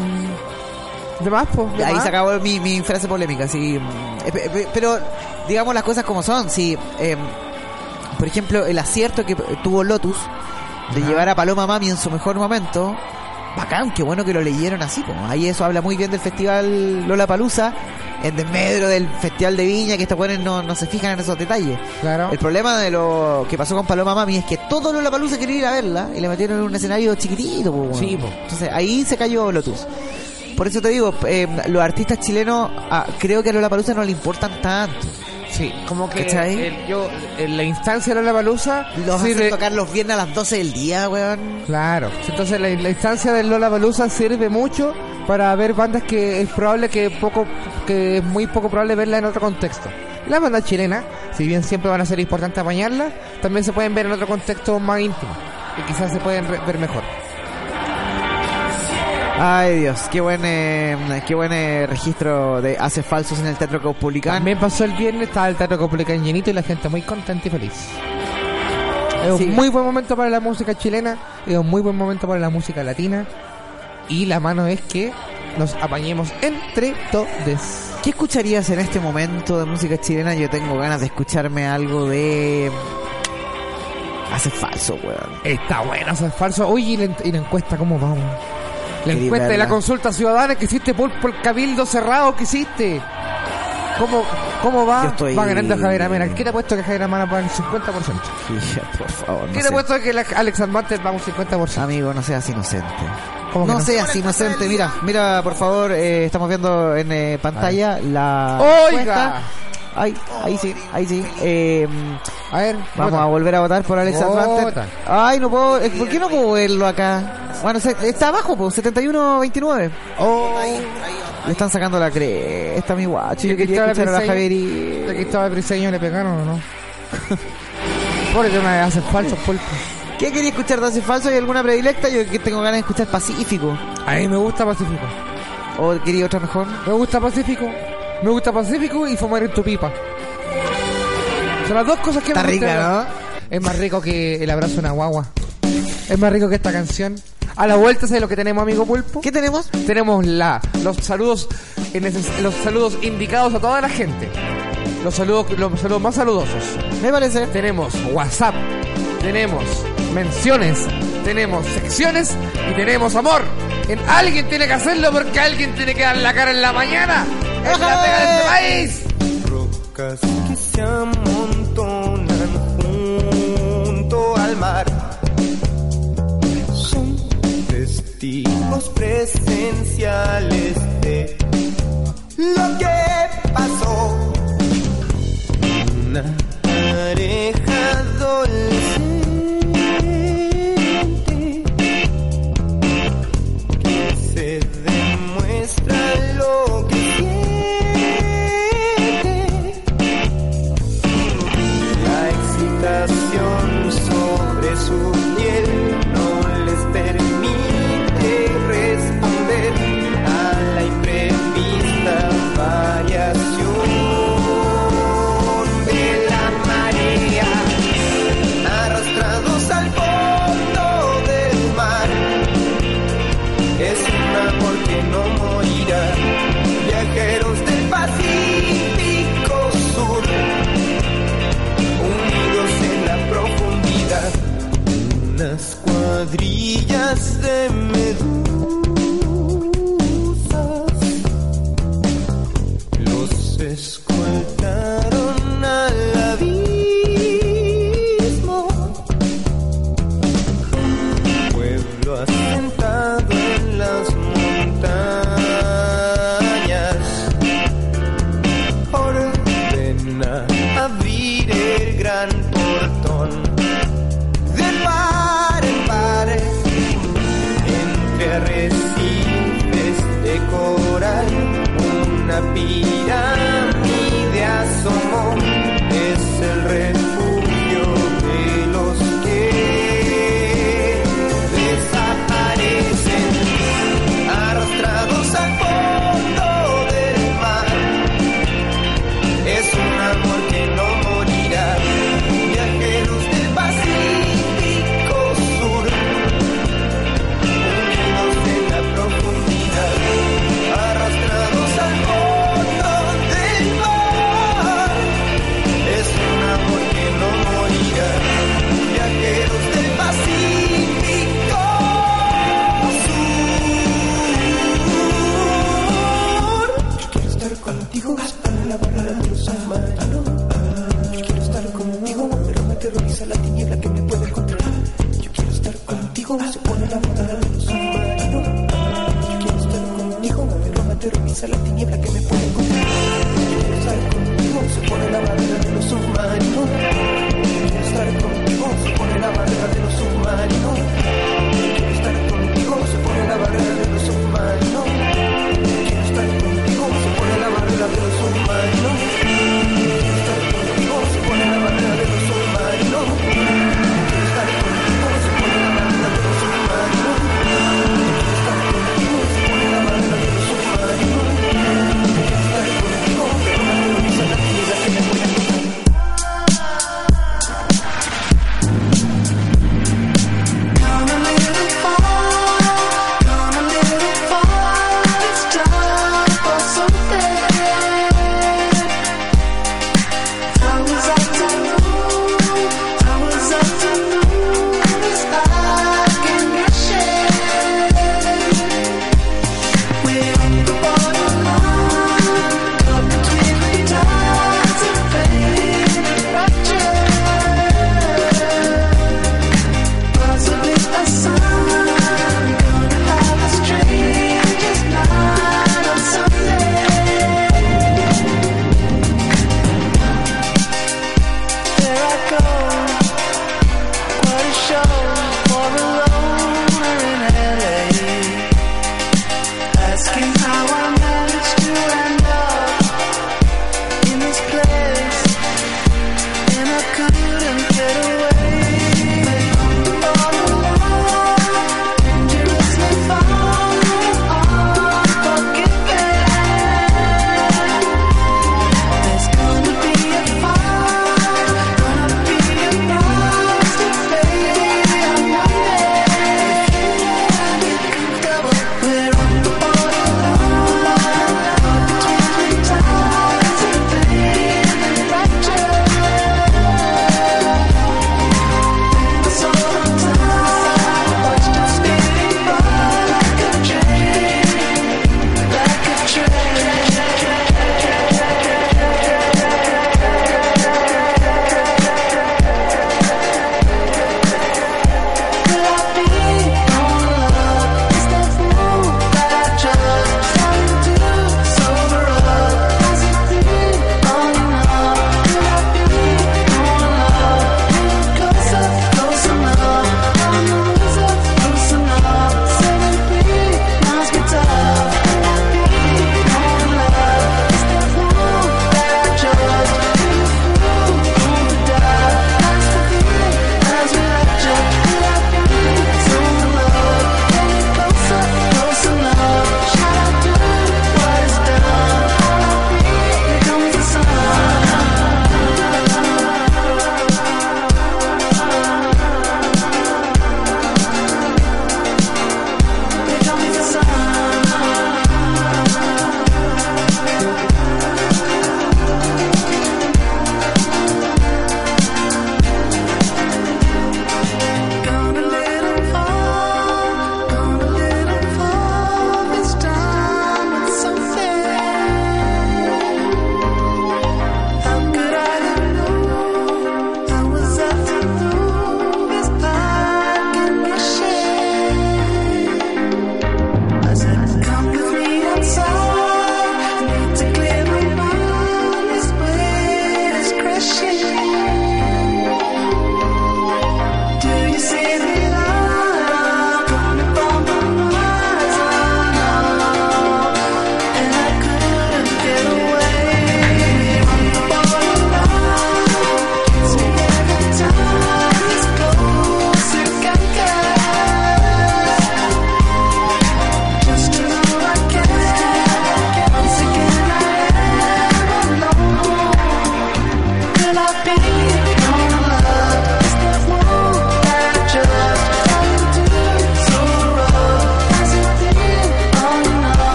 De más, pues. de Ahí más. se acabó mi, mi frase polémica, sí. Eh, pe- pe- Pero digamos las cosas como son, sí. Eh, por ejemplo, el acierto que tuvo Lotus de llevar a Paloma Mami en su mejor momento, bacán, qué bueno que lo leyeron así. po. Ahí eso habla muy bien del festival Lola Palusa, en desmedro del festival de Viña, que estos buenos no, no se fijan en esos detalles. Claro. El problema de lo que pasó con Paloma Mami es que todo Lola Palusa quería ir a verla y le metieron en un escenario chiquitito. po, Sí, weón. po. Entonces ahí se cayó Lotus. Por eso te digo, eh, los artistas chilenos ah, creo que a Lola Palusa no le importan tanto. Sí, como que ¿Cachai? el- yo, en la instancia de la palusa Los hacen tocar los viernes a las 12 del día, weón. Claro, entonces la, la instancia del Lola Balusa sirve mucho para ver bandas que es probable que poco, que es muy poco probable verla en otro contexto. Las bandas chilenas, si bien siempre van a ser importantes apañarlas, también se pueden ver en otro contexto más íntimo y quizás se pueden re- ver mejor. Ay Dios, qué buen, eh, qué buen eh, registro de haces falsos en el Teatro Caupolicán. También pasó el viernes, estaba el Teatro Copulican llenito y la gente muy contenta y feliz. Es Sí. un muy buen momento para la música chilena, es un muy buen momento para la música latina y la mano es que nos apañemos entre todos. ¿Qué escucharías en este momento de música chilena? Yo tengo ganas de escucharme algo de... Haces falso, weón. Está bueno, eso es falso. Oye, ¿y la, en- y la encuesta cómo vamos? La Querí encuesta de verla. la consulta ciudadana que hiciste por, por el cabildo cerrado que hiciste. ¿Cómo, cómo va? Yo estoy- Va ganando Javier Amena. ¿Qué te ha puesto que Javier Amena va en 50%? Ya, Por favor, no ¿Qué te seas- ha puesto que la- Alexander Martel va un 50%? Amigo, no seas inocente. ¿Cómo que No seas inocente, mira, mira, por favor, eh, estamos viendo en eh, pantalla la. ¡Oiga! encuesta. Ay, ahí sí, ahí sí. Eh, A ver, vamos vota. a volver a votar por Alex Vota. Advanter. Ay, no puedo. eh, ¿Por qué no puedo verlo acá? Bueno, se- está abajo, pues, 71-29. Oh, Le están sacando la cresta a mi guacho. Yo ¿De quería Cristóbal escuchar a la Briseño? Javier ¿De y. Cristóbal Briseño le pegaron o no? Pobre que una vez hace falso, pulpo. ¿Qué quería escuchar de Hace Falso? ¿Hay alguna predilecta? Yo que tengo ganas de escuchar Pacífico. A mí me gusta Pacífico. ¿O quería otra mejor? Me gusta Pacífico. Me gusta Pacífico y fumar en tu pipa. Son las dos cosas que Está me gustan. rica, Es más rico que el abrazo de una guagua. Es más rico que esta canción. A la vuelta, ¿sabes lo que tenemos, amigo Pulpo? ¿Qué tenemos? Tenemos la, los saludos, en ese- los saludos indicados a toda la gente. Los saludos, los saludos más saludosos. Me parece. Tenemos WhatsApp, tenemos menciones, tenemos secciones y tenemos amor. En alguien tiene que hacerlo porque alguien tiene que dar la cara en la mañana. Es la pega de este país. rocas que se amontonan junto al mar. Son testigos presenciales de lo que pasó. Una pareja adolescente se demuestra lo que siente. La excitación sobre su piel no les permite responder a la imprevista variación de la marea, arrastrados al fondo del mar. Es un amor que no morirá. Viajeros del Pacífico Sur, unidos en la profundidad. Unas cuadrillas de medusas los escoltaron al abismo pueblo asentado en las montañas ordena abrir el gran portón del mar. aterroriza la tiniebla que me puede encontrar. Yo quiero estar contigo, se pone la morada de los submarinos. Yo quiero estar contigo, pero me aterroriza la tiniebla que me puede encontrar. Yo quiero estar contigo, se pone la barrera de los submarinos. Yo quiero estar contigo, se pone la barrera de los submarinos. Yo quiero estar contigo, se pone la barrera de los submarinos. Yo quiero estar contigo, se pone la barrera de los submarinos. Yo quiero estar contigo, se pone la barrera de los submarinos. Yo quiero estar contigo, se pone la barrera de los submarinos. Yo quiero estar contigo, se pone la barrera de los submarinos. Yo quiero estar contigo, se pone la barrera de los submarinos.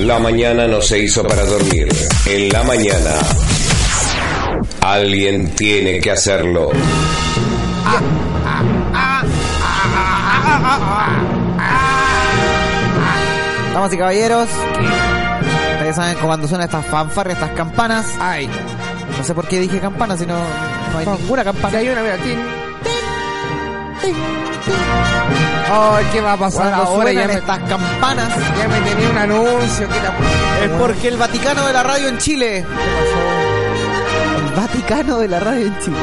La mañana no se hizo para dormir. En la mañana. Alguien tiene que hacerlo. Damas y caballeros, ustedes ya saben cuando suenan estas fanfarrias, estas campanas. Ay. No sé por qué dije campanas, si no, no hay ninguna Si campana. hay una, mira, tin, tin, tin, tin. Ay, ¿qué va a pasar Cuando ahora? Ya suenan me, estas campanas, ya me tenía un anuncio. ¿qué la- es porque el Vaticano de la radio en Chile. El Vaticano de la radio en Chile.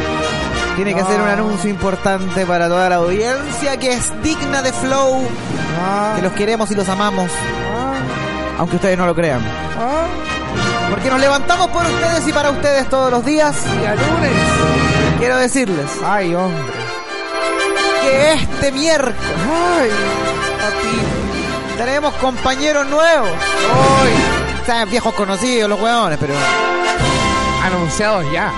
Tiene que hacer un anuncio importante para toda la audiencia que es digna de flow, Ah, que los queremos y los amamos, aunque ustedes no lo crean. ah, Porque nos levantamos por ustedes y para ustedes todos los días. día lunes. Quiero decirles Ay, hombre. que este miércoles Ay, papi. tenemos compañeros nuevos. O sea, viejos conocidos los huevones, pero Anunciados ya.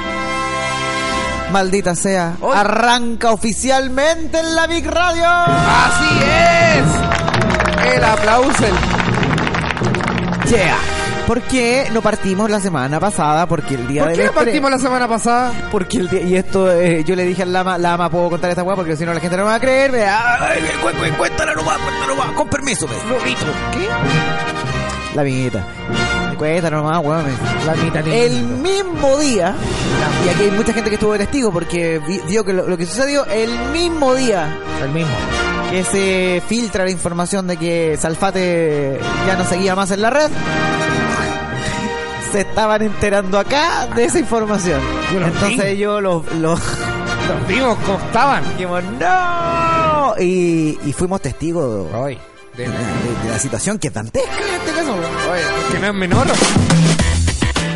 maldita sea. Hoy- Arranca oficialmente en la Big Radio. Así es. El aplauso. el- Yeah. ¿Por qué no partimos la semana pasada? Porque el día ¿Por del qué no estreno- partimos la semana pasada? Porque el día, y esto eh, yo le dije al Lama, Lama, puedo contar esta hueá porque si no la gente no me va a creer. Me- Ay, cu- cu- cuéntala nomás, cuéntala Ah, nomás, con permiso, me. La amiguita. Cuéntala nomás, weón. me. La mitad El mismo día, y aquí hay mucha gente que estuvo de testigo porque vi- vio que lo, lo que sucedió el mismo día El mismo. que se filtra la información de que Salfate ya no seguía más en la red. Se estaban enterando acá de esa información. Yo los Entonces vi. yo los, los Los vimos cómo estaban. dijimos ¡No! Y, y fuimos testigos Ay, de- de, de- de la situación que es dantesca en este caso. Oye, que no es menor.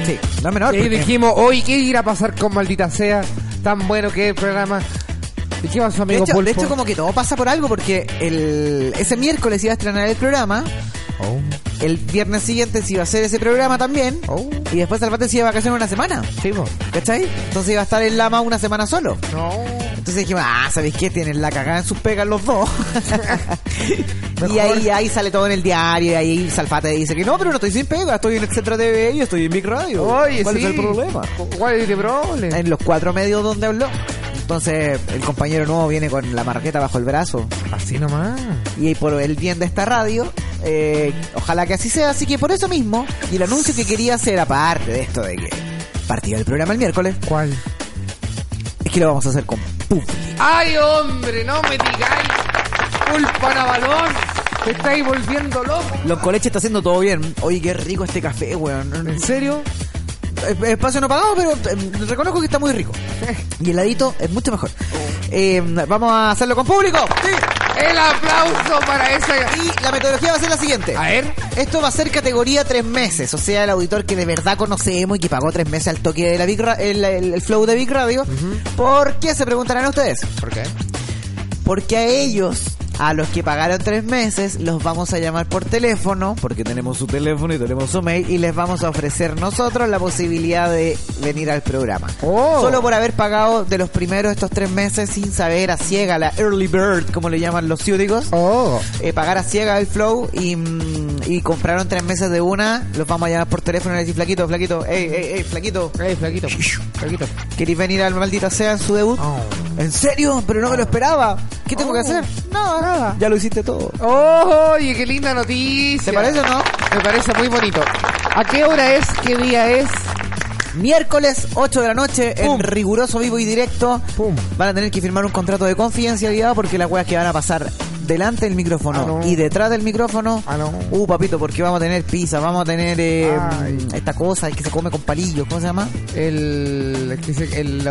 Sí, no es menor. Y porque- dijimos, hoy ¿qué irá a pasar con Maldita Sea? Tan bueno que es el programa. ¿Y qué pasó, De amigo hecho, de Pulpo? hecho, como que todo pasa por algo, porque el, ese miércoles iba a estrenar el programa. El viernes siguiente se iba a hacer ese programa también. Oh. Y después Salvate se iba a vacaciones una semana. Sí, po. ¿Cachai? Entonces iba a estar en Lama una semana solo. No. Entonces dijimos, ah, ¿sabéis qué? Tienen la cagada en sus pegas los dos. y Mejor. ahí, ahí sale todo en el diario. Y ahí Salfate dice que no, pero no estoy sin pega. Estoy en el Centro TV y estoy en Big Radio. Oye, ¿Cuál sí. es el problema? ¿Cuál es el problema? En los cuatro medios donde habló. Entonces el compañero nuevo viene con la marqueta bajo el brazo. Así nomás. y por el bien de esta radio. eh, ojalá que así sea, así que por eso mismo, y el anuncio que quería hacer, aparte de esto de que partía el programa el miércoles, ¿Cuál? es que lo vamos a hacer con Publi. ¡Ay, hombre! ¡No me digáis! ¡Pulpa a balón! ¡Te estáis volviendo loco! Los coleches está haciendo todo bien. Oye, qué rico este café, weón. ¿En serio? Es- Espacio no pagado, pero eh, reconozco que está muy rico. Y heladito es mucho mejor. Eh, vamos a hacerlo con público. ¡El aplauso para esa... Y la metodología va a ser la siguiente. A ver. Esto va a ser categoría tres meses, o sea, el auditor que de verdad conocemos y que pagó tres meses al toque de la Big Ra- el, el- el flow de Big Radio. ¿Por qué se preguntarán ustedes? ¿Por qué? Porque a ellos, a los que pagaron tres meses, los vamos a llamar por teléfono, porque tenemos su teléfono y tenemos su mail, y les vamos a ofrecer nosotros la posibilidad de venir al programa. Oh. Solo por haber pagado de los primeros estos tres meses sin saber a ciega, la early bird, como le llaman los ciúticos ¡Oh! eh, pagar a ciega el flow y, mm, y compraron tres meses de una, los vamos a llamar por teléfono y les decir, flaquito, flaquito, ey, ey, ey, flaquito, ¡Ey, flaquito! ¡Flaquito! ¿queréis venir al maldita sea en su debut? Oh. ¿En serio? Pero no me lo esperaba. ¿Qué tengo que hacer? No, nada. Ya lo hiciste todo. ¡Oye, qué linda noticia! ¿Te parece o no? Me parece muy bonito. ¿A qué hora es? ¿Qué día es? Miércoles 8 de la noche Pum. en riguroso vivo y directo. Pum. Van a tener que firmar un contrato de confidencialidad porque las weas que van a pasar delante del micrófono Ah, no. y detrás del micrófono. Ah, no. Uh, papito, porque vamos a tener pizza, vamos a tener eh, Ay. esta cosa que se come con palillos, ¿cómo se llama? El... ¿qué dice? El...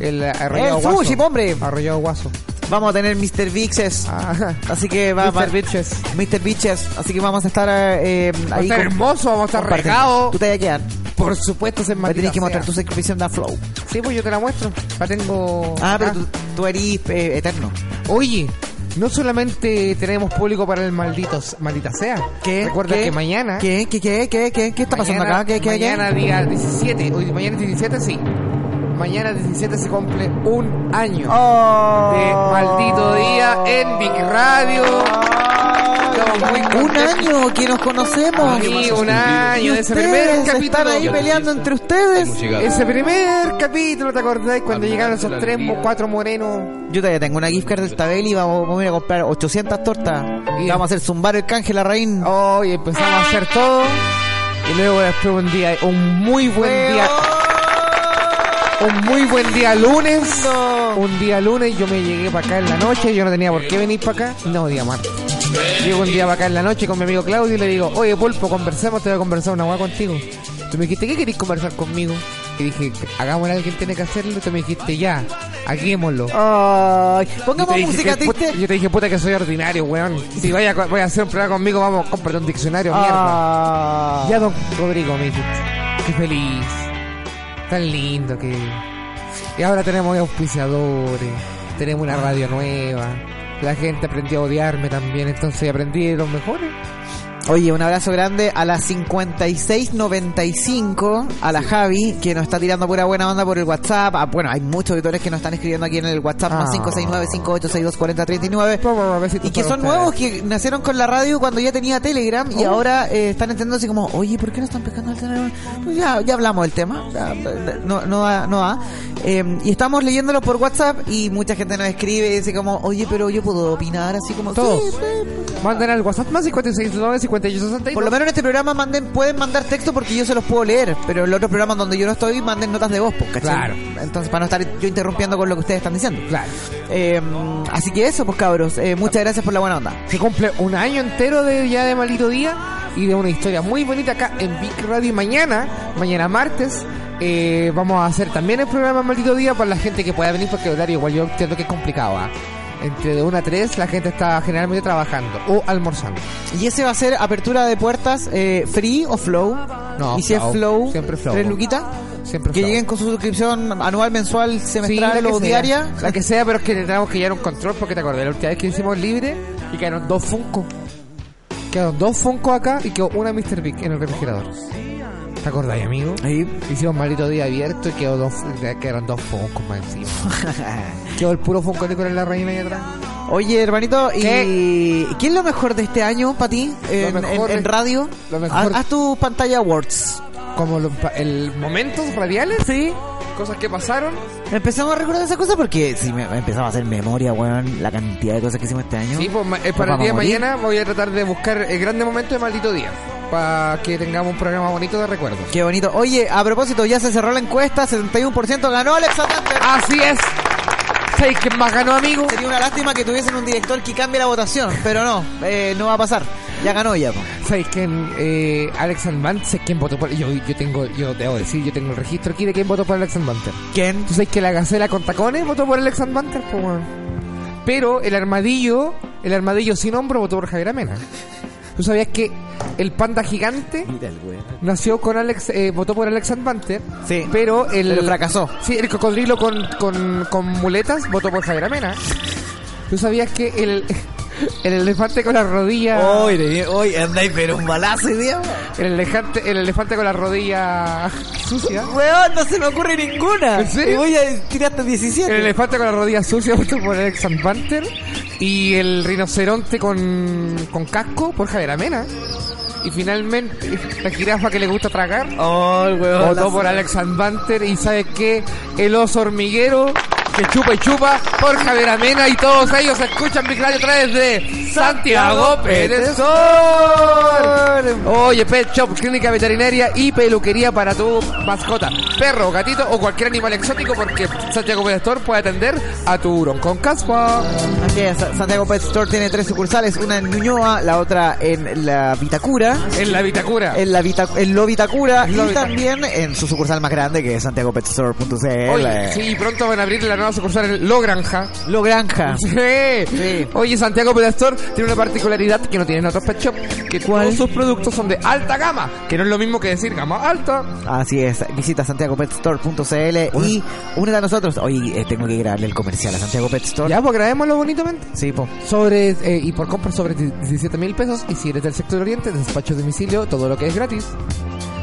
El arrollado El guaso. sushi, po, hombre. Arrollado guaso. Vamos a tener Mr. Vixes. Ah. Así que va Mr. va- Bitches. Mr. Bitches. Así que vamos a estar eh, Va a ahí. estar con- hermoso, vamos a estar compartiendo. regados. Tú te vas a quedar. Por supuesto, se Me tenés que mostrar tu tus... suscripción de Flow. Sí, pues yo te la muestro. La tengo... Ah, pero acá. tú, tú eres eh, eterno. Oye, no solamente tenemos público para el maldito, maldita sea. ¿Qué? Recuerda ¿Qué? que mañana. ¿Qué? ¿Qué? ¿Qué? ¿Qué? ¿Qué? ¿Qué está pasando mañana- acá? ¿Qué? ¿Qué? ¿Qué? Mañana día 17. Hoy, mañana es 17, sí. Mañana 17 se cumple un año Oh. de maldito día en Big Radio. muy Un contentos. año que nos conocemos. Sí, un año Y de ese primer ustedes Están capítulo. ahí peleando entre ustedes. Ese primer capítulo, ¿te acordáis? Cuando llegaron esos tres o cuatro morenos. Yo todavía tengo una gift card del Tabeli y vamos, vamos a ir a comprar 800 tortas. Y- Y vamos a hacer zumbar el canje la reina. Oh, y empezamos a hacer todo. Y luego después un día, un muy buen día. Un muy buen día lunes. Un día lunes yo me llegué para acá en la noche. Yo no tenía por qué venir para acá. No, día martes. Llego un día para acá en la noche con mi amigo Claudio y le digo, oye Pulpo, conversemos, te voy a conversar una hueá contigo. Tú me dijiste, ¿qué querés conversar conmigo? Y dije, hagámoslo, alguien tiene que hacerlo. Y tú me dijiste, ya, hagámoslo. Ay, pongamos Yo te dije, música "Puta", triste. Yo te dije, puta, que soy ordinario, weón. Si vaya, a co- voy a hacer un programa conmigo, vamos, cómprate un diccionario, mierda. Ah. Ya, don Rodrigo, me dijiste. Qué feliz. Tan lindo que... Y ahora tenemos auspiciadores, tenemos una radio nueva. La gente aprendió a odiarme también, entonces aprendí de los mejores. Oye, un abrazo grande a la 5695, a la Javi, que nos está tirando pura buena onda por el WhatsApp. Ah, bueno, hay muchos auditores que nos están escribiendo aquí en el WhatsApp, más Ah. 569-5862-4039. Vamos, vamos, besitos Y que para son ustedes. Oh. nuevos, que nacieron con la radio cuando ya tenía Telegram y ahora eh, están entendiéndose como, oye, ¿por qué no están pescando el Telegram? Pues ya, ya hablamos del tema, ya, no, no da. No da. Eh, y estamos leyéndolo por WhatsApp y mucha gente nos escribe y dice como, oye, pero yo puedo opinar así como... Todos. "Sí, sí". Mandan al WhatsApp más 569 Por lo 5862. menos en este programa manden, pueden mandar texto porque yo se los puedo leer, pero en los otros programas donde yo no estoy manden notas de voz, pues, ¿cachai? Claro. Entonces, para no estar yo interrumpiendo con lo que ustedes están diciendo. Claro. Eh, así que eso, pues cabros, eh, muchas gracias por la buena onda. Se cumple un año entero de ya de Malito Día y de una historia muy bonita acá en Big Radio. Y mañana, mañana martes, eh, vamos a hacer también el programa Maldito Día para la gente que pueda venir, porque el horario igual yo entiendo que es complicado. ¿ah? Entre de 1 a 3 la gente está generalmente trabajando o almorzando. Y ese va a ser apertura de puertas eh, free o flow. No, y si flow, es flow, siempre flow. tres luquitas. Siempre que flow. lleguen con su suscripción anual, mensual, Sí, semestral la que o sea. diaria. La que sea, pero es que tenemos que llevar un control porque te acordás la última vez que hicimos libre y quedaron dos Funko. Quedaron dos Funko acá y quedó una Mr. Big en el refrigerador. ¿Te acordáis, amigo? Hicimos maldito día abierto y quedó dos, quedaron dos Funko más encima. quedó el puro Funko de Nicolás la reina ahí atrás. Oye, hermanito, ¿y ¿Qué? ¿qué? es lo mejor de este año para ti en, mejor en- en es- radio? lo mejor- Haz, haz tu pantalla awards. Como los pa- el momentos radiales, Sí. cosas que pasaron. Empezamos a recordar esas cosas porque si me, empezamos a hacer memoria, weón, la cantidad de cosas que hicimos este año. Sí, pues, ma- eh, Nos para el vamos día de a morir. mañana voy a tratar de buscar el grande momento de maldito día. Para que tengamos un programa bonito de recuerdos. Qué bonito. Oye, a propósito, ya se cerró la encuesta, 71% ganó Alexander. Así es. ¿Sabes quién más ganó, amigo? Sería una lástima que tuviesen un director que cambie la votación, pero no, eh, no va a pasar. Ya ganó ya. po. ¿Sabes quién? Eh, Alex Alman, sé quién votó por yo, yo tengo, yo debo decir, yo tengo el registro aquí de quién votó por Alex Almanter. ¿Quién? ¿Tú sabes que la gacela con tacones votó por Alex Almanter? po, weón? Pero el armadillo, el armadillo sin hombro votó por Javier Amena. ¿Tú sabías que el panda gigante nació con Alex, eh, votó por Alex Almanter? Sí. Pero el. Pero fracasó. Sí, el cocodrilo con, con, con muletas votó por Javier Amena. ¿Tú sabías que el, el elefante con las rodillas... Oye, oye, andáis pero un balazo hoy día. El elefante, el elefante con la rodilla sucia. Weón, no se me ocurre ninguna. ¿En serio? Y voy a tirar hasta 17. El elefante con la rodilla sucia puesto por Alex and Panther. Y el rinoceronte con, con casco por Javier Amena. Y finalmente, la jirafa que le gusta tragar. Oh, el weón. Votó por Alex and Panther y ¿sabes qué? El oso hormiguero que chupa y chupa por Javier Amena y todos ellos escuchan Big Radio 3 de Santiago Pérez Sol. Oye, Pet Shop, clínica veterinaria y peluquería para tu mascota, perro, gatito o cualquier animal exótico porque Santiago Pérez Sol puede atender a tu hurón con caspa. Así es, Santiago Pet Store tiene tres sucursales, una en Ñuñoa, la otra en la Vitacura. En la Vitacura. En la Vita- en Lo Vitacura Lo y Vitacura. también en su sucursal más grande que es santiagopetstore.cl. Oye, sí, pronto van a abrir la nueva sucursal en Lo Granja. Lo Granja. Sí. Ah. Sí. Oye, Santiago Pedastor tiene una particularidad que no tienen otros pet shop, que todos sus productos son de alta gama, que no es lo mismo que decir gama alta. Así es, visita santiagopetstore.cl y únete a nosotros. Oye, eh, tengo que grabarle el comercial a Santiago Pet Store. Ya, pues grabémoslo bonitamente. Sí, po. Sobre, eh, y por compras sobre 17 mil pesos, y si eres del sector oriente, despacho a domicilio, todo lo que es gratis.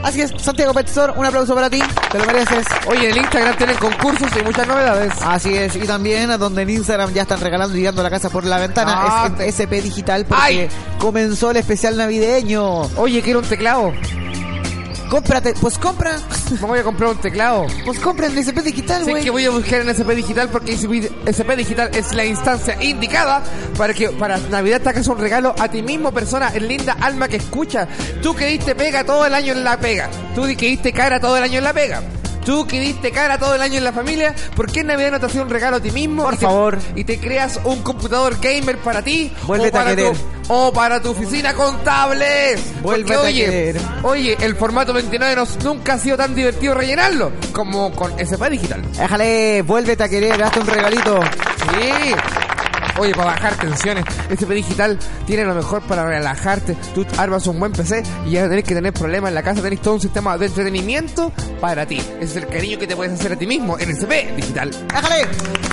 Así que, Santiago Petzor, un aplauso para ti. Te lo mereces. Oye, en el Instagram tienen concursos y muchas novedades. Así es, y también a donde en Instagram ya están regalando y dando la casa por la ventana Ah, es te- SP Digital porque ¡Ay! comenzó el especial navideño. Oye, quiero un teclado. Cómprate, pues compra, Me voy a comprar un teclado. pues compra en SP Digital, Sé güey. que voy a buscar en SP Digital porque SP Digital es la instancia indicada para que para Navidad te hagas un regalo a ti mismo, persona, el linda alma que escucha. Tú que diste pega todo el año en la pega. Tú que diste cara todo el año en la pega. Tú que diste cara todo el año en la familia, ¿por qué en Navidad no te haces un regalo a ti mismo? Por y te- favor. y te creas un computador gamer para ti. Vuélvete o para a querer. Tu, o para tu oficina contable. Porque, Vuélvete a oye, querer. Oye, el formato 29 nos, nunca ha sido tan divertido rellenarlo como con SP Digital. Déjale, vuélvete a querer, hazte un regalito. Sí. Oye, para bajar tensiones, SP Digital tiene lo mejor para relajarte. Tú armas un buen PC y ya no tenés que tener problemas en la casa. Tenés todo un sistema de entretenimiento para ti. Ese es el cariño que te puedes hacer a ti mismo en SP Digital. Déjale.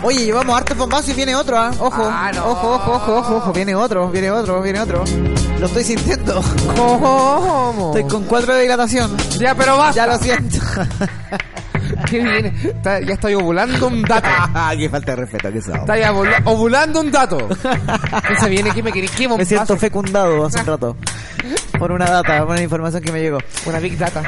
Oye, llevamos hartos bombazos y viene otro, ¿ah? Ojo, Ah, no. ojo, ojo, ojo, ojo, ojo, viene otro, viene otro, viene otro. Lo estoy sintiendo. ¿Cómo? Estoy con cuatro de dilatación. Ya, pero basta. Ya lo siento. ¿Qué viene? Está- ya estoy ovulando un dato. qué falta de respeto que Está ya ovula- ovulando un dato. ¿Qué se viene? ¿Qué me querés? ¿Qué Me bombazo? siento fecundado hace un rato. Por una data, por una información que me llegó. Una big data.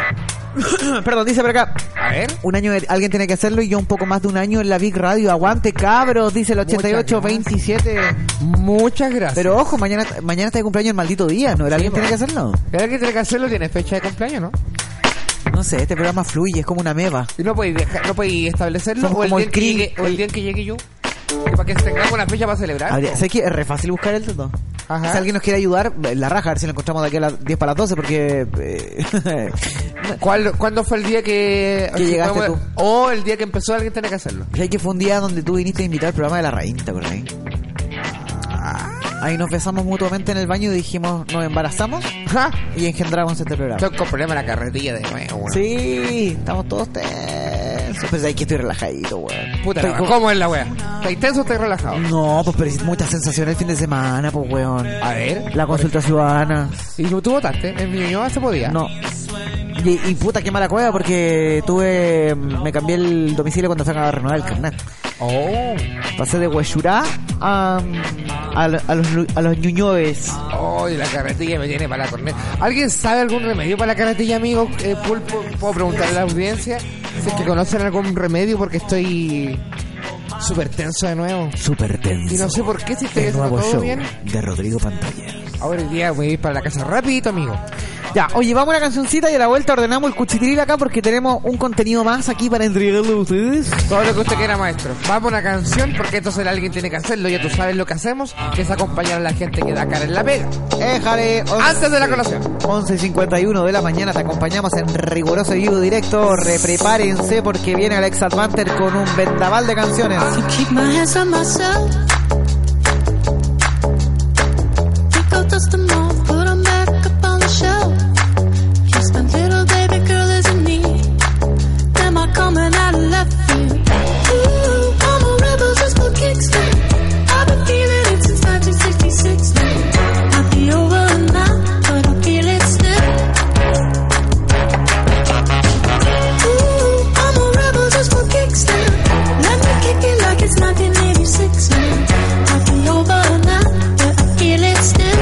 Perdón, dice por acá. A ver. Un año, de- alguien tiene que hacerlo y yo un poco más de un año en la Big Radio. Aguante, cabros, dice el Muchas gracias. 8827. Muchas gracias. Pero ojo, mañana, mañana está de cumpleaños el maldito día, ¿no? ¿Era ¿Alguien tiene que hacerlo? Pero que tiene que hacerlo tiene fecha de cumpleaños, ¿no? No sé, este programa fluye, es como una meba. Y no podéis dejar- no podéis establecerlo. Somos O el, como día el en que crin- llegue, o el el- día en que llegue yo. Que para que tengamos una fecha para celebrar. Habría- ¿Sabes qué? Es re fácil buscar el dato. Ajá. Si alguien nos quiere ayudar, la raja, a ver si lo encontramos de aquí a las 10 para las 12, porque. eh, ¿Cuál- ¿Cuándo fue el día que, Que llegaste tú. O el día que empezó alguien tiene que hacerlo. Sé que fue un día donde tú viniste a invitar al programa de la raíz, ¿te acordás? Ahí nos besamos mutuamente en el baño y dijimos, nos embarazamos Ajá. y engendramos este programa. Estoy con problema en la carretilla de nuevo, weón. Sí, estamos todos tensos. Pero sabes que estoy relajadito, weón. Puta, Estoy la, como- ¿cómo es la wea? ¿Estáis tenso o estáis relajado? No, pues pero es mucha sensación el fin de semana, pues weón. A ver. La consulta ciudadana. ¿Y tú tú votaste? ¿En mi no se podía? No. Y, y puta, qué mala cueva porque tuve. Me cambié el domicilio cuando fue a renovar el carnet. Oh. Pasé de Huechurá a, a, lo- a los, lu- a los ñuñoves. Oh, y la carretilla me tiene para la corneta. ¿Alguien sabe algún remedio para la carretilla, amigo? Eh, Pulpo, puedo preguntarle a la audiencia si es que conocen algún remedio porque estoy súper tenso de nuevo. Súper tenso. Y no sé por qué si estoy El haciendo nuevo todo show bien. de Rodrigo Pantalla. Ahora el día voy a ir para la casa rapidito, amigo. Ya, oye, vamos a una cancioncita y a la vuelta ordenamos el cuchitril acá porque tenemos un contenido más aquí para entregarlo a ustedes. Todo lo que usted quiera, maestro. Vamos a una canción porque entonces alguien tiene que hacerlo. Ya tú sabes lo que hacemos, que es acompañar a la gente que da cara en la pega. Éjale. Antes de la colación. 11.51 de la mañana te acompañamos en riguroso y vivo directo. Reprepárense porque viene Alex Advanter con un vendaval de canciones. To keep my hands on myself. Think I'll dust them off, put them back up on the shelf. Just a little baby girl is in need. Am I coming out of left field? Ooh, I'm a rebel just for kicks. I've been feeling it since 1966. I'd be over and out, but I feel it still. Ooh, I'm a rebel just for kicks now. Let me kick it like it's 1986 now. I'll be over now, but I feel it still.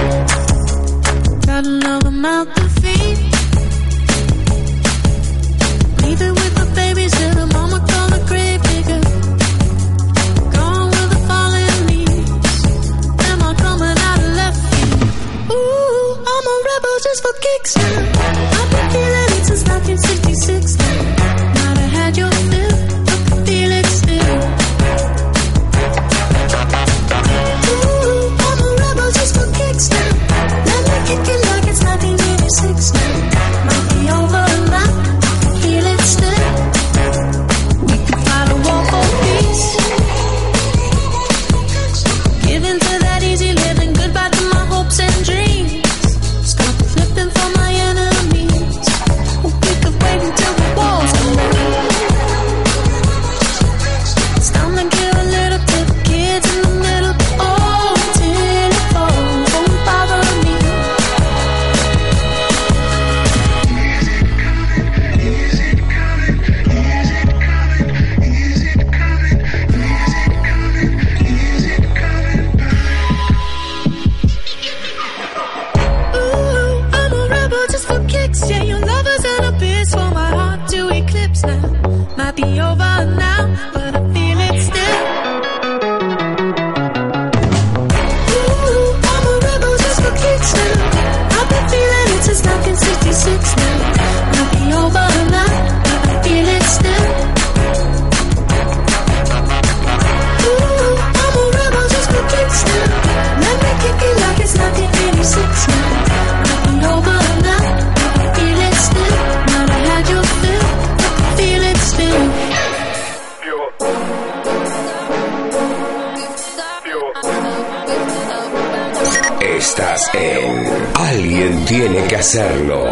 escuchas en Alguien tiene que hacerlo.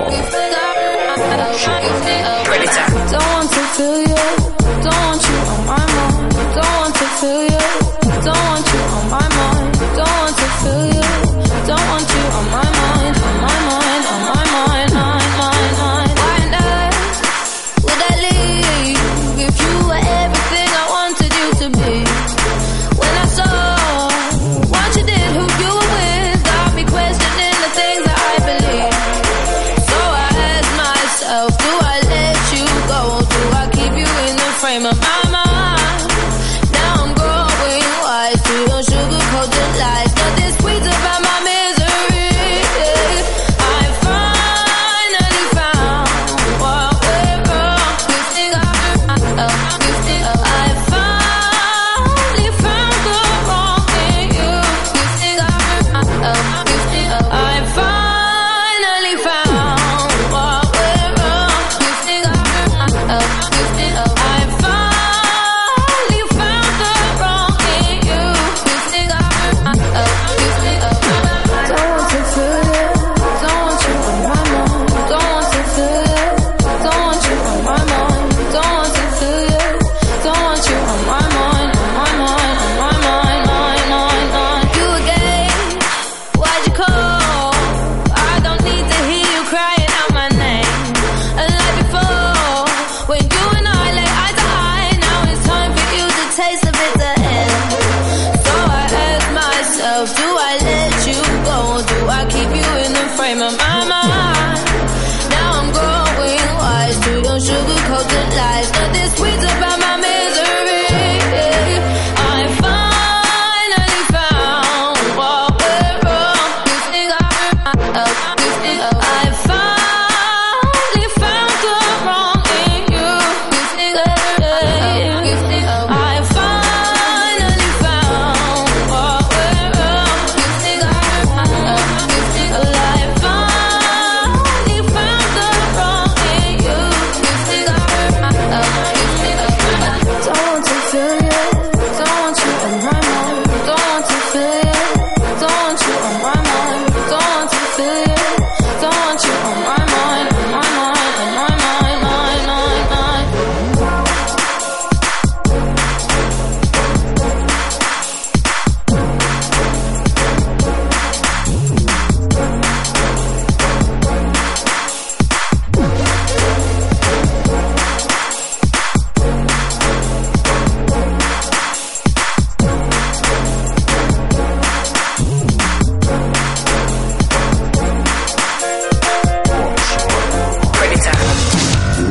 Don't want to feel you, don't want you on my mind. Don't want to feel you, don't want you on my mind. Don't want to feel you, don't want you on my mind, on my mind, on my mind, mind, mind, mind. Why on earth would I leave if you were everything I wanted you to be? When I saw what you did, who you were with, got me questioning the things that I believe. So I ask myself, do I let you go? Do I keep you in the frame of my mind? Now I'm growing wise to your sugarcoated lies. Nothing sweet about my misery. I finally found what went wrong. You think I hurt myself? You think I finally found the wrong in you? You think I hurt myself? You think I finally found what went wrong? You think I hurt myself? You think I finally found the wrong in you? You think I hurt myself? You think don't want to feel it, don't want you on my mind. Don't want to feel it, don't want you on my mind. Don't want to feel it, don't want you on my mind, on my mind, on my mind, mind, mind, mind. You again. Why'd you call? I don't need to hear you crying out my name. Unlike before, when you and I lay eye to eye, now it's time for you to taste the bitter end. So I ask myself, do I let you go? Or do I keep you in the frame of my mind? Now I'm growing wise to your sugar-coated lies. Nothing sweet about my misery. I finally found what went wrong. You think I hurt myself? You think I finally found the wrong in you? You think I hurt myself? You think I finally found what went wrong? You think I hurt myself? You think I finally found the wrong in you? You think I hurt myself? You think don't want to feel it, don't want you on my mind. Don't want to feel it, don't want you on my mind. Don't want to feel it, don't want you on my mind, on my mind, on my mind, mind, mind, mind.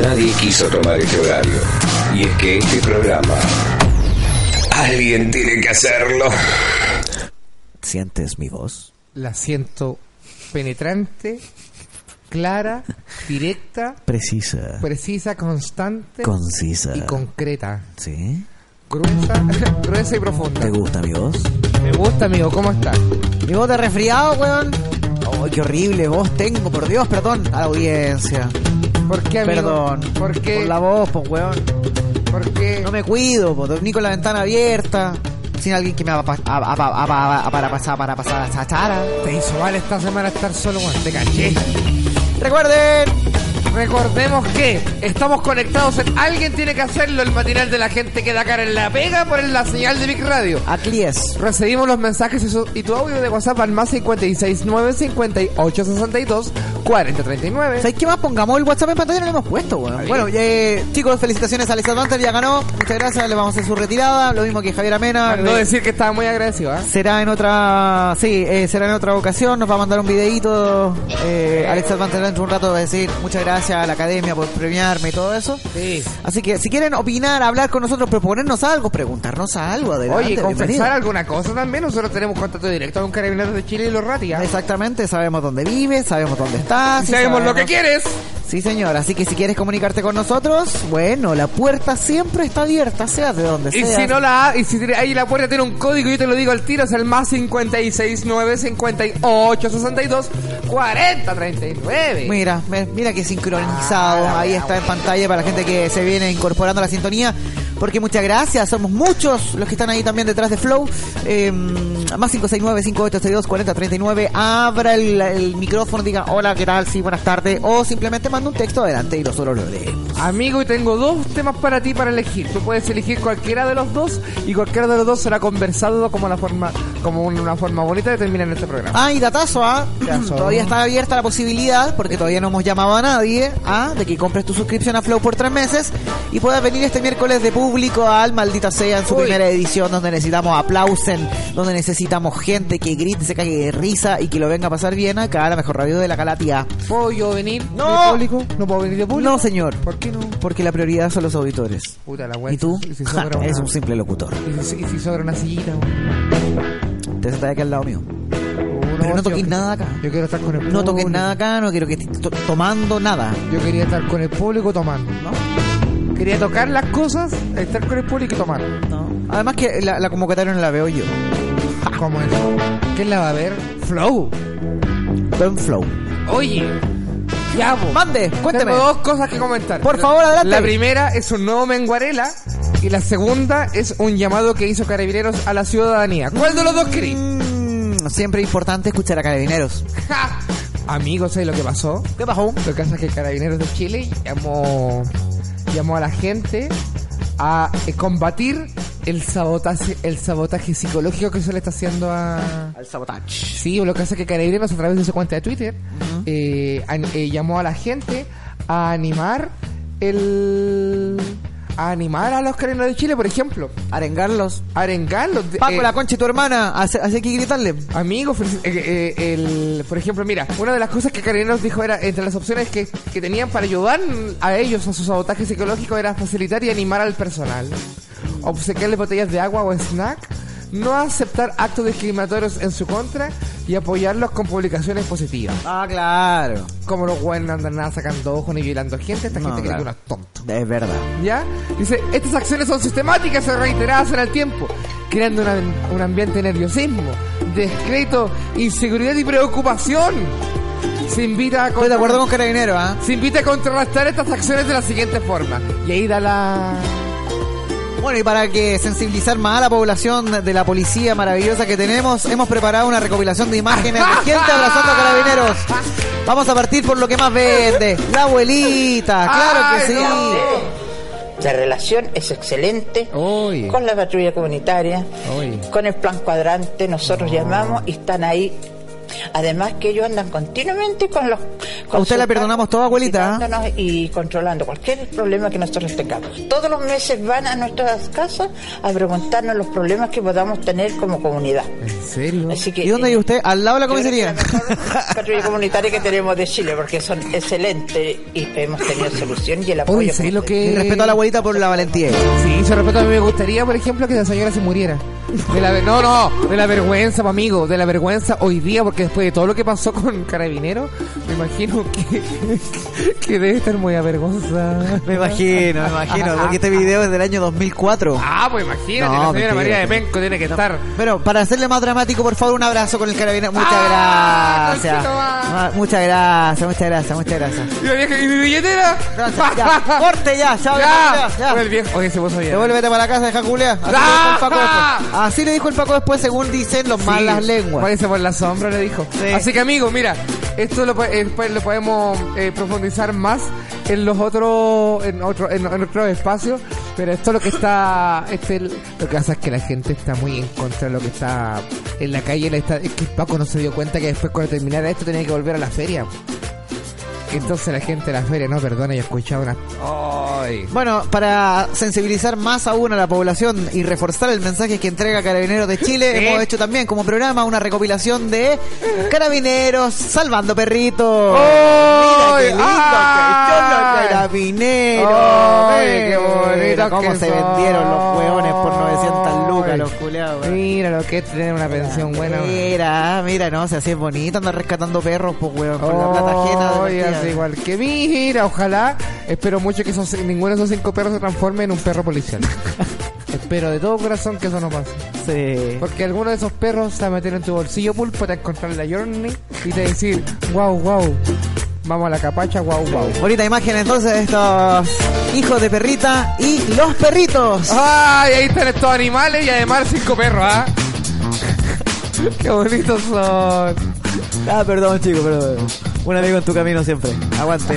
Nadie quiso tomar este horario. Y es que este programa... Alguien tiene que hacerlo. ¿Sientes mi voz? La siento penetrante, clara, directa, Precisa. precisa, constante Concisa. y concreta. ¿Sí? Gruesa, gruesa y profunda. ¿Te gusta mi voz? Me gusta, amigo, ¿cómo estás? Mi voz de resfriado, weón. Oh, qué horrible voz tengo, por Dios, perdón. A la audiencia. ¿Por qué, amigo? Perdón. ¿Por qué? Por la voz, pues, weón. ¿Por qué? No me cuido, po. dormí con la ventana abierta. Sin alguien que me apa- apa- apa- apa- para pasar, para pasar, sachara. Te hizo mal esta semana estar solo, weón. Te caché. Recuerden, Recordemos que estamos conectados en Alguien tiene que hacerlo, el matinal de la gente que da cara en la pega por la señal de Big Radio. Atlies. Recibimos los mensajes y, su- y tu audio de WhatsApp al más 569 5862 4039. ¿Sabéis qué más? Pongamos el WhatsApp en pantalla, no lo hemos puesto, weón. Bueno, eh, chicos, felicitaciones a Alex Advanter, ya ganó. Muchas gracias, le vamos a hacer su retirada. Lo mismo que Javier Amena. No Eh, decir que estaba muy agradecido, ¿ah? Será en otra, sí, eh, será en otra ocasión. Nos va a mandar un videíto. Eh, Alex Advanter dentro de un rato va a decir muchas gracias a la academia por premiarme y todo eso. Sí. Así que si quieren opinar, hablar con nosotros, proponernos algo, preguntarnos algo, adelante. Oye, confesar bienvenido. alguna cosa también. Nosotros tenemos contacto directo con Carabineros de Chile y los Ratia. Exactamente, sabemos dónde vives, sabemos dónde estás. Sabemos lo que quieres. Sí, señor. Así que si quieres comunicarte con nosotros, bueno, la puerta siempre está abierta, sea de donde Y sea. si no la y si tiene- ahí la puerta tiene un código, yo te lo digo al tiro, es el más 56 9 58 62 40 39. Mira, ve- mira que sincronizado. Ahí está en pantalla para la gente que se viene incorporando a la sintonía. Porque muchas gracias, somos muchos los que están ahí también detrás de Flow. Eh, más 569-5862-4039. Abra el, el micrófono, diga hola, ¿qué tal? Sí, buenas tardes. O simplemente manda un texto adelante y nosotros lo leemos. Amigo, y tengo dos temas para ti para elegir. Tú puedes elegir cualquiera de los dos y cualquiera de los dos será conversado como la forma como una forma bonita de terminar este programa. Ah, y datazo, ¿ah? Datazo. Todavía está abierta la posibilidad, porque todavía no hemos llamado a nadie, ¿ah? De que compres tu suscripción a Flow por tres meses y puedas venir este miércoles de público al Maldita Sea en su Uy. primera edición, donde necesitamos aplausen, donde necesitamos gente que grite, se cague de risa y que lo venga a pasar bien acá a la mejor radio de la Calatia. ¿Puedo yo venir No. de público? ¿No puedo venir de público? No, señor, ¿Por qué no? porque la prioridad son los auditores. Puta la wea. ¿Y tú? ¿Y si sobra es una, un simple locutor. y si- y si sobra una sillita? weón? Te sentás aquí al lado mío. O Pero no voz, toques yo- nada acá. Yo quiero estar con el No toques público. nada acá, no quiero que estés to- tomando nada. Yo quería estar con el público tomando. ¿No? Quería tocar las cosas, estar con el público y tomar. No. Además que la, la convocatoria no la veo yo. ¿Cómo es? ¿Quién la va a ver? Flow. Don Flow. Oye, ya vos. Mande, cuénteme. Tengo dos cosas que comentar. Por favor, adelante. La primera es un nuevo menguarela y la segunda es un llamado que hizo Carabineros a la ciudadanía. ¿Cuál de los dos querís? Mm, siempre importante escuchar a carabineros. Ja. Amigos, ¿sabes lo que pasó? ¿Qué bajó? Lo que pasa es que Carabineros de Chile llamó, llamó a la gente a eh, combatir el sabotaje, el sabotaje psicológico que se le está haciendo a, Al sabotage. Sí, lo que hace que Carabineros a través de su cuenta de Twitter eh, an- eh, llamó a la gente a animar el a animar a los carabineros de Chile, por ejemplo, Arengarlos. arengarlos. de- Paco, eh, la concha y tu hermana. Hace, hace que gritarle. Amigos, felici- eh, eh, el- por ejemplo, mira, una de las cosas que Carabineros dijo era, entre las opciones que, que tenían para ayudar a ellos a su sabotaje psicológico era facilitar y animar al personal, obsequiarles botellas de agua o snack, no aceptar actos discriminatorios en su contra y apoyarlos con publicaciones positivas. Ah, claro. Como los güeyes no andan nada sacando ojos ni violando gente, esta No, gente cree que claro. uno es tonto. Es verdad. ¿Ya? Dice, estas acciones son sistemáticas y reiteradas en el tiempo, creando una- un ambiente de nerviosismo, descrédito, inseguridad y preocupación. Se invita a Estoy de acuerdo con carabineros, ¿ah? se invita a contrarrestar estas acciones de la siguiente forma. Y ahí da la... Bueno, y para que sensibilizar más a la población de la policía maravillosa que tenemos, hemos preparado una recopilación de imágenes de gente abrazando a carabineros. Vamos a partir por lo que más vende. La abuelita, claro que ¡Ay, sí. La relación es excelente Oye. con la patrulla comunitaria, Oye. con el plan cuadrante, nosotros llamamos y están ahí. Además que ellos andan continuamente con los... con A usted sus la perdonamos cargos, toda, abuelita, ¿ah? visitándonos Y controlando cualquier problema que nosotros tengamos. Todos los meses van a nuestras casas a preguntarnos los problemas que podamos tener como comunidad. ¿En serio? Así que, ¿Y dónde eh, hay usted? Al lado de la yo creo que comisaría. es la mejor patrulla comunitaria que tenemos de Chile porque son excelentes y hemos tenido solución y el apoyo. Oye, ¿sabes lo como que...? Y respeto a la abuelita por la valentía. Sí, yo respeto, a mí me gustaría, por ejemplo, que la señora se muriera. De la, ve- no, no, de la vergüenza, pues, amigo, de la vergüenza hoy día, porque después de todo lo que pasó con Carabinero, me imagino que, que debe estar muy avergonzada. Me imagino, me imagino, porque este video es del año 2004. Ah, pues imagínate, No, la señora mentira. María de Penco tiene que estar. Pero para hacerle más dramático, por favor, un abrazo con el carabinero. Muchas Ah, gracias. conchito, va. Ah, Muchas gracias, muchas gracias, muchas gracias. ¿Y, la vieja- y mi billetera? Gracias, ya. Corte ya, ya. ya, ya, ya. Fue el viejo. Oye, se puso bien. Devuélvete para la casa, deja culea. Así, le dijo el Paco después. Así le dijo el Paco después, según dicen los Sí, malas lenguas. Parece por la sombra, le dijo. Sí. Así que, amigo, mira, esto lo, po- eh, pues, lo podemos eh, profundizar más en los otros en otro, en, en otros espacios, pero esto lo que está. Este, lo que pasa es que la gente está muy en contra de lo que está en la calle. le está- es que Paco no se dio cuenta que después, cuando terminara esto, tenía que volver a la feria. Entonces la gente de la feria, no, perdona, yo escuchaba una... ¡Ay! Bueno, para sensibilizar más aún a la población y reforzar el mensaje que entrega Carabineros de Chile, Sí. hemos hecho también como programa una recopilación de Carabineros salvando perritos. Mira qué lindo que ¡Ay! son los carabineros. ¡Ay, qué Mira bonitos cómo que se son! vendieron los hueones por 900 lucas, los culeados. Mira lo que es tener una pensión buena. Mira, mira, no, se así es bonito andar rescatando perros, pues, weón, con la plata ajena. de los Oye, días. así igual que mira, ojalá. Espero mucho que esos, ninguno de esos cinco perros se transforme en un perro policial. Espero de todo corazón que eso no pase. Sí. Porque alguno de esos perros se va a meter en tu bolsillo pulpo, te va a encontrar en la journey y te va a decir, wow, wow, vamos a la capacha, wow, wow. Bonita imagen entonces de estos hijos de perrita y los perritos. ¡Ay! Ahí están estos animales y además cinco perros, ¿ah? ¡Qué bonitos son! Ah, perdón, chico, perdón. Un amigo en tu camino siempre. Aguante.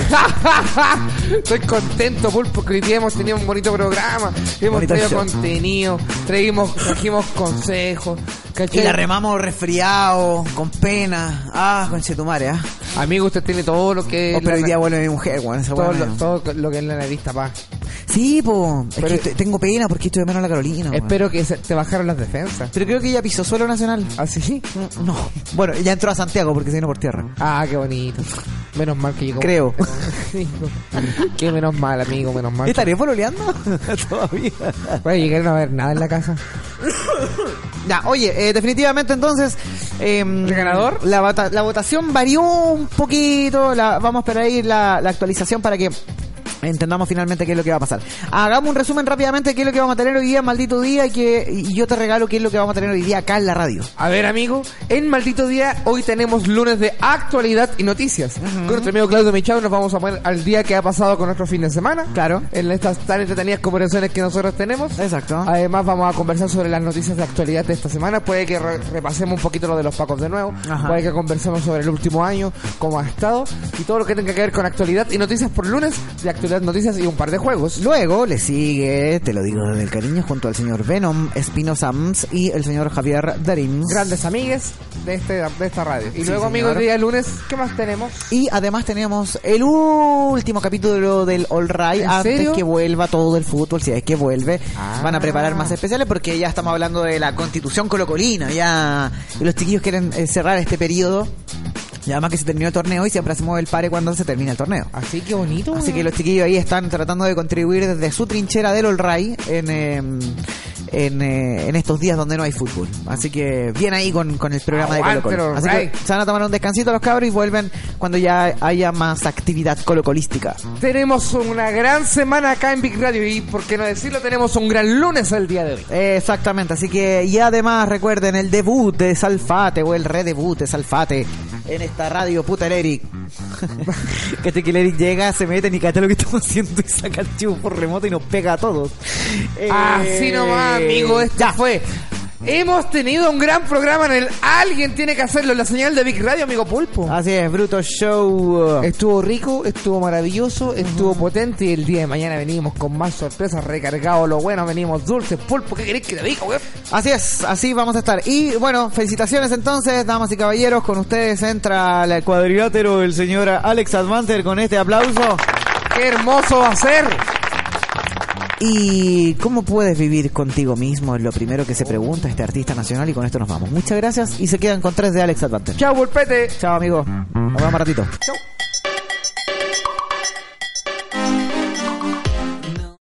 Estoy contento, Pulpo, que hoy día hemos tenido un bonito programa. Hemos Bonito traído show. contenido, traímos, trajimos consejos. Y ¿cachai? la remamos resfriado, con pena. Ah, con chetumare, ah. Amigo, usted tiene todo lo que... Oh, pero hoy la- día vuelve mi mujer, weón. esa todo, weá lo, me- todo lo que es la nariz tapada. Sí, po. Es Pero- que te- tengo pena porque estoy de menos a la Carolina. weón. Espero que se- te bajaron las defensas. Pero creo que ella pisó suelo nacional. ¿Ah, sí? No. Bueno, ella entró a Santiago porque se vino por tierra. Ah, qué bonito. Menos mal que llegó. Creo. que menos mal, amigo, menos mal. ¿Estaré pololeando? Todavía. Voy a llegar a no haber nada en la casa. Ya, oye, eh, definitivamente entonces. em, ¿El ganador? La, vota- la votación varió un poquito. La, vamos a esperar ahí la, la actualización para que. Entendamos finalmente qué es lo que va a pasar. Hagamos un resumen rápidamente de qué es lo que vamos a tener hoy día, en maldito día, y, que, y yo te regalo qué es lo que vamos a tener hoy día acá en la radio. A ver, amigo, en maldito día, hoy tenemos lunes de actualidad y noticias. Con nuestro amigo Claudio Michau nos vamos a poner al día que ha pasado con nuestro fin de semana. Claro. En estas tan entretenidas conversaciones que nosotros tenemos. Exacto. Además, vamos a conversar sobre las noticias de actualidad de esta semana. Puede que re- repasemos un poquito lo de los Pacos de nuevo. Ajá. Puede que conversemos sobre el último año, cómo ha estado y todo lo que tenga que ver con actualidad y noticias por lunes, de actualidad, noticias y un par de juegos. Luego le sigue, te lo digo desde el cariño, junto al señor Venom, Espinosa Ams y el señor Javier Darín. Grandes amigues de, este, de esta radio. Y Sí, luego, amigos, señor. día lunes, ¿qué más tenemos? Y además tenemos el último capítulo del All Right ¿En antes serio? que vuelva todo el fútbol, si es que vuelve. Ah. Van a preparar más especiales porque ya estamos hablando de la constitución colocolina, ya y los chiquillos quieren eh, cerrar este periodo. Y además que se terminó el torneo y siempre hacemos el pare cuando se termina el torneo. Así que bonito. Así que los chiquillos ahí están tratando de contribuir desde su trinchera del All Right en, eh, en, eh, en estos días donde no hay fútbol. Así que bien ahí con, con el programa de Aguante, Colo Colo. All Así Right. que se van a tomar un descansito los cabros y vuelven cuando ya haya más actividad colocolística. Tenemos una gran semana acá en Big Radio y, por qué no decirlo, tenemos un gran lunes el día de hoy. Eh, Exactamente, así que y además recuerden el debut de Salfate o el redebut de Salfate en esta radio puta el Eric. Este que el Eric llega, se mete ni cata lo que estamos haciendo y saca el chivo por remoto y nos pega a todos. Eh, Así nomás, amigo, esto ya. fue. Hemos tenido un gran programa en el Alguien tiene que hacerlo, la señal de Big Radio, amigo Pulpo. Así es, Bruto Show. Estuvo rico, estuvo maravilloso, estuvo potente y el día de mañana venimos con más sorpresas, recargados lo bueno, venimos dulces, pulpo, ¿qué queréis que te diga, weón? Así es, así vamos a estar. Y bueno, felicitaciones entonces, damas y caballeros, con ustedes entra al cuadrilátero el señor Alex Advanter con este aplauso. ¡Qué hermoso va a ser! ¿Y cómo puedes vivir contigo mismo? Es lo primero que se pregunta este artista nacional y con esto nos vamos. Muchas gracias y se quedan con tres de Alex Advanter. ¡Chao, pulpete! Chao amigos, nos vemos más ratito. ¡Chao!